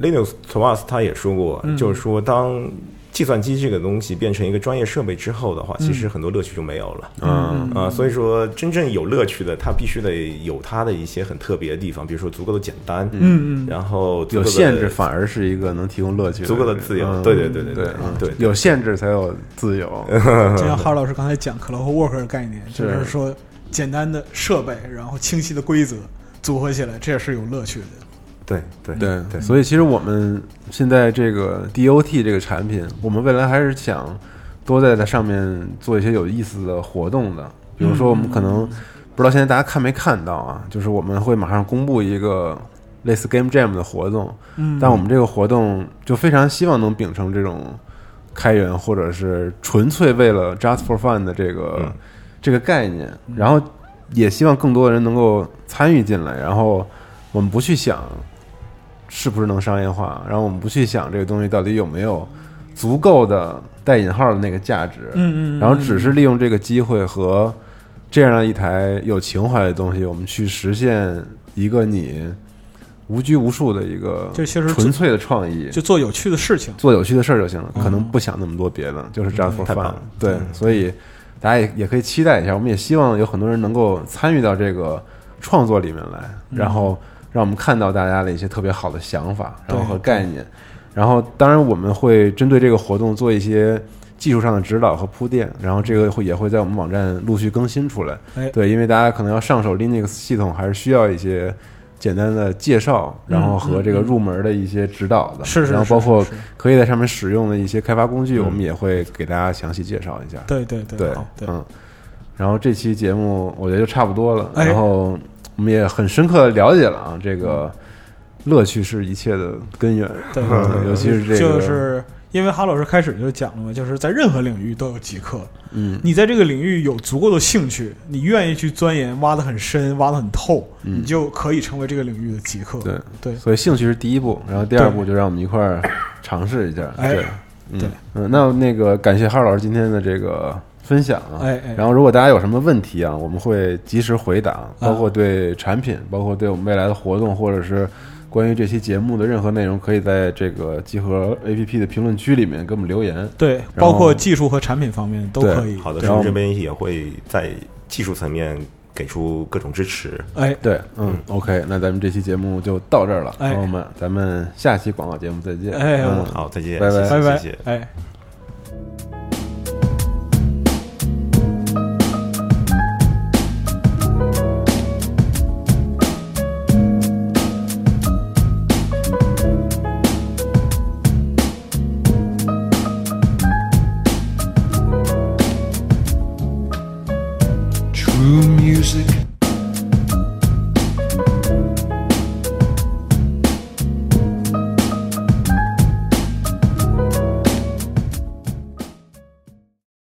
Speaker 3: Linus Torvalds 他也说过，
Speaker 2: 嗯
Speaker 3: 就是说当计算机这个东西变成一个专业设备之后的话，其实很多乐趣就没有了。
Speaker 1: 嗯
Speaker 3: 啊、所以说真正有乐趣的，它必须得有它的一些很特别的地方，比如说足够的简单，
Speaker 2: 嗯嗯
Speaker 3: 然后足
Speaker 1: 有
Speaker 3: 够的
Speaker 1: 限制反而是一个能提供乐趣的
Speaker 3: 足够的自由
Speaker 1: 嗯
Speaker 3: 对对对对
Speaker 1: 对
Speaker 3: 对
Speaker 1: 嗯
Speaker 3: 对
Speaker 1: 有限制才有自由。嗯
Speaker 2: 就像哈尔老师刚才讲 clockwork 的概念，就是说简单的设备，然后清晰的规则组合起来，这也是有乐趣的。
Speaker 3: 对对
Speaker 1: 对
Speaker 3: 对，
Speaker 1: 所以其实我们现在这个 DOT 这个产品，我们未来还是想多在它上面做一些有意思的活动的。比如说，我们可能不知道现在大家看没看到啊，就是我们会马上公布一个类似 Game Jam 的活动，
Speaker 2: 嗯
Speaker 1: 但我们这个活动就非常希望能秉承这种开源或者是纯粹为了 just for fun 的这个、
Speaker 3: 嗯
Speaker 1: 这个概念，
Speaker 2: 嗯
Speaker 1: 然后也希望更多人能够参与进来，然后我们不去想是不是能商业化，然后我们不去想这个东西到底有没有足够的带引号的那个价值，
Speaker 2: 嗯嗯嗯
Speaker 1: 然后只是利用这个机会和这样一台有情怀的东西，我们去实现一个你无拘无束的一个
Speaker 2: 就其实
Speaker 1: 纯粹的创意，
Speaker 2: 就做有趣的事情。
Speaker 1: 做有趣的事儿就行了，可能不想那么多别的，就是 just for
Speaker 3: 嗯太棒
Speaker 1: fun
Speaker 3: 了。嗯
Speaker 1: 对，所以大家也也可以期待一下，我们也希望有很多人能够参与到这个创作里面来，
Speaker 3: 嗯
Speaker 1: 然后让我们看到大家的一些特别好的想法，然后和概念。然后，当然我们会针对这个活动做一些技术上的指导和铺垫，然后这个会也会在我们网站陆续更新出来
Speaker 2: 哎。
Speaker 1: 对，因为大家可能要上手 Linux 系统，还是需要一些简单的介绍，然后和这个入门的一些指导的。
Speaker 2: 嗯是是是
Speaker 1: 然后包括
Speaker 2: 是是
Speaker 1: 可以在上面使用的一些开发工具，我们也会给大家详细介绍一下。
Speaker 2: 对对对
Speaker 1: 对
Speaker 2: 好， 对，
Speaker 1: 嗯。然后这期节目我觉得就差不多了，
Speaker 2: 哎
Speaker 1: 然后我们也很深刻的了解了啊，这个乐趣是一切的根源，
Speaker 2: 嗯对
Speaker 1: 嗯尤其是这个，
Speaker 2: 就是因为哈老师开始就讲了嘛，就是在任何领域都有极客。
Speaker 1: 嗯，
Speaker 2: 你在这个领域有足够的兴趣，你愿意去钻研，挖得很深，挖得很透，你就可以成为这个领域的极客。
Speaker 1: 嗯对
Speaker 2: 对
Speaker 1: 所以兴趣是第一步，然后第二步就让我们一块儿尝试一下，
Speaker 2: 哎
Speaker 1: 对，嗯
Speaker 2: 对
Speaker 1: 嗯，那那个感谢哈尔老师今天的这个分享啊，
Speaker 2: 哎哎啊
Speaker 1: 然后如果大家有什么问题啊，我们会及时回答，包括对产品，包括对我们未来的活动，或者是关于这期节目的任何内容，可以在这个集合 APP 的评论区里面给我们留言，
Speaker 2: 对，
Speaker 1: 然后
Speaker 2: 包括技术和产品方面都
Speaker 1: 对
Speaker 2: 可以。
Speaker 3: 好的，
Speaker 1: 对
Speaker 3: 我们这边也会在技术层面给出各种支持。
Speaker 2: 哎，
Speaker 1: 对，嗯 o k 那咱们这期节目就到这儿了，
Speaker 2: 哎
Speaker 1: 朋友们，咱们下期广告节目再见，
Speaker 2: 哎
Speaker 1: 嗯
Speaker 2: 我
Speaker 3: 好，再见，
Speaker 1: 拜拜
Speaker 3: 谢谢
Speaker 2: 拜拜
Speaker 3: 谢谢。
Speaker 2: 哎。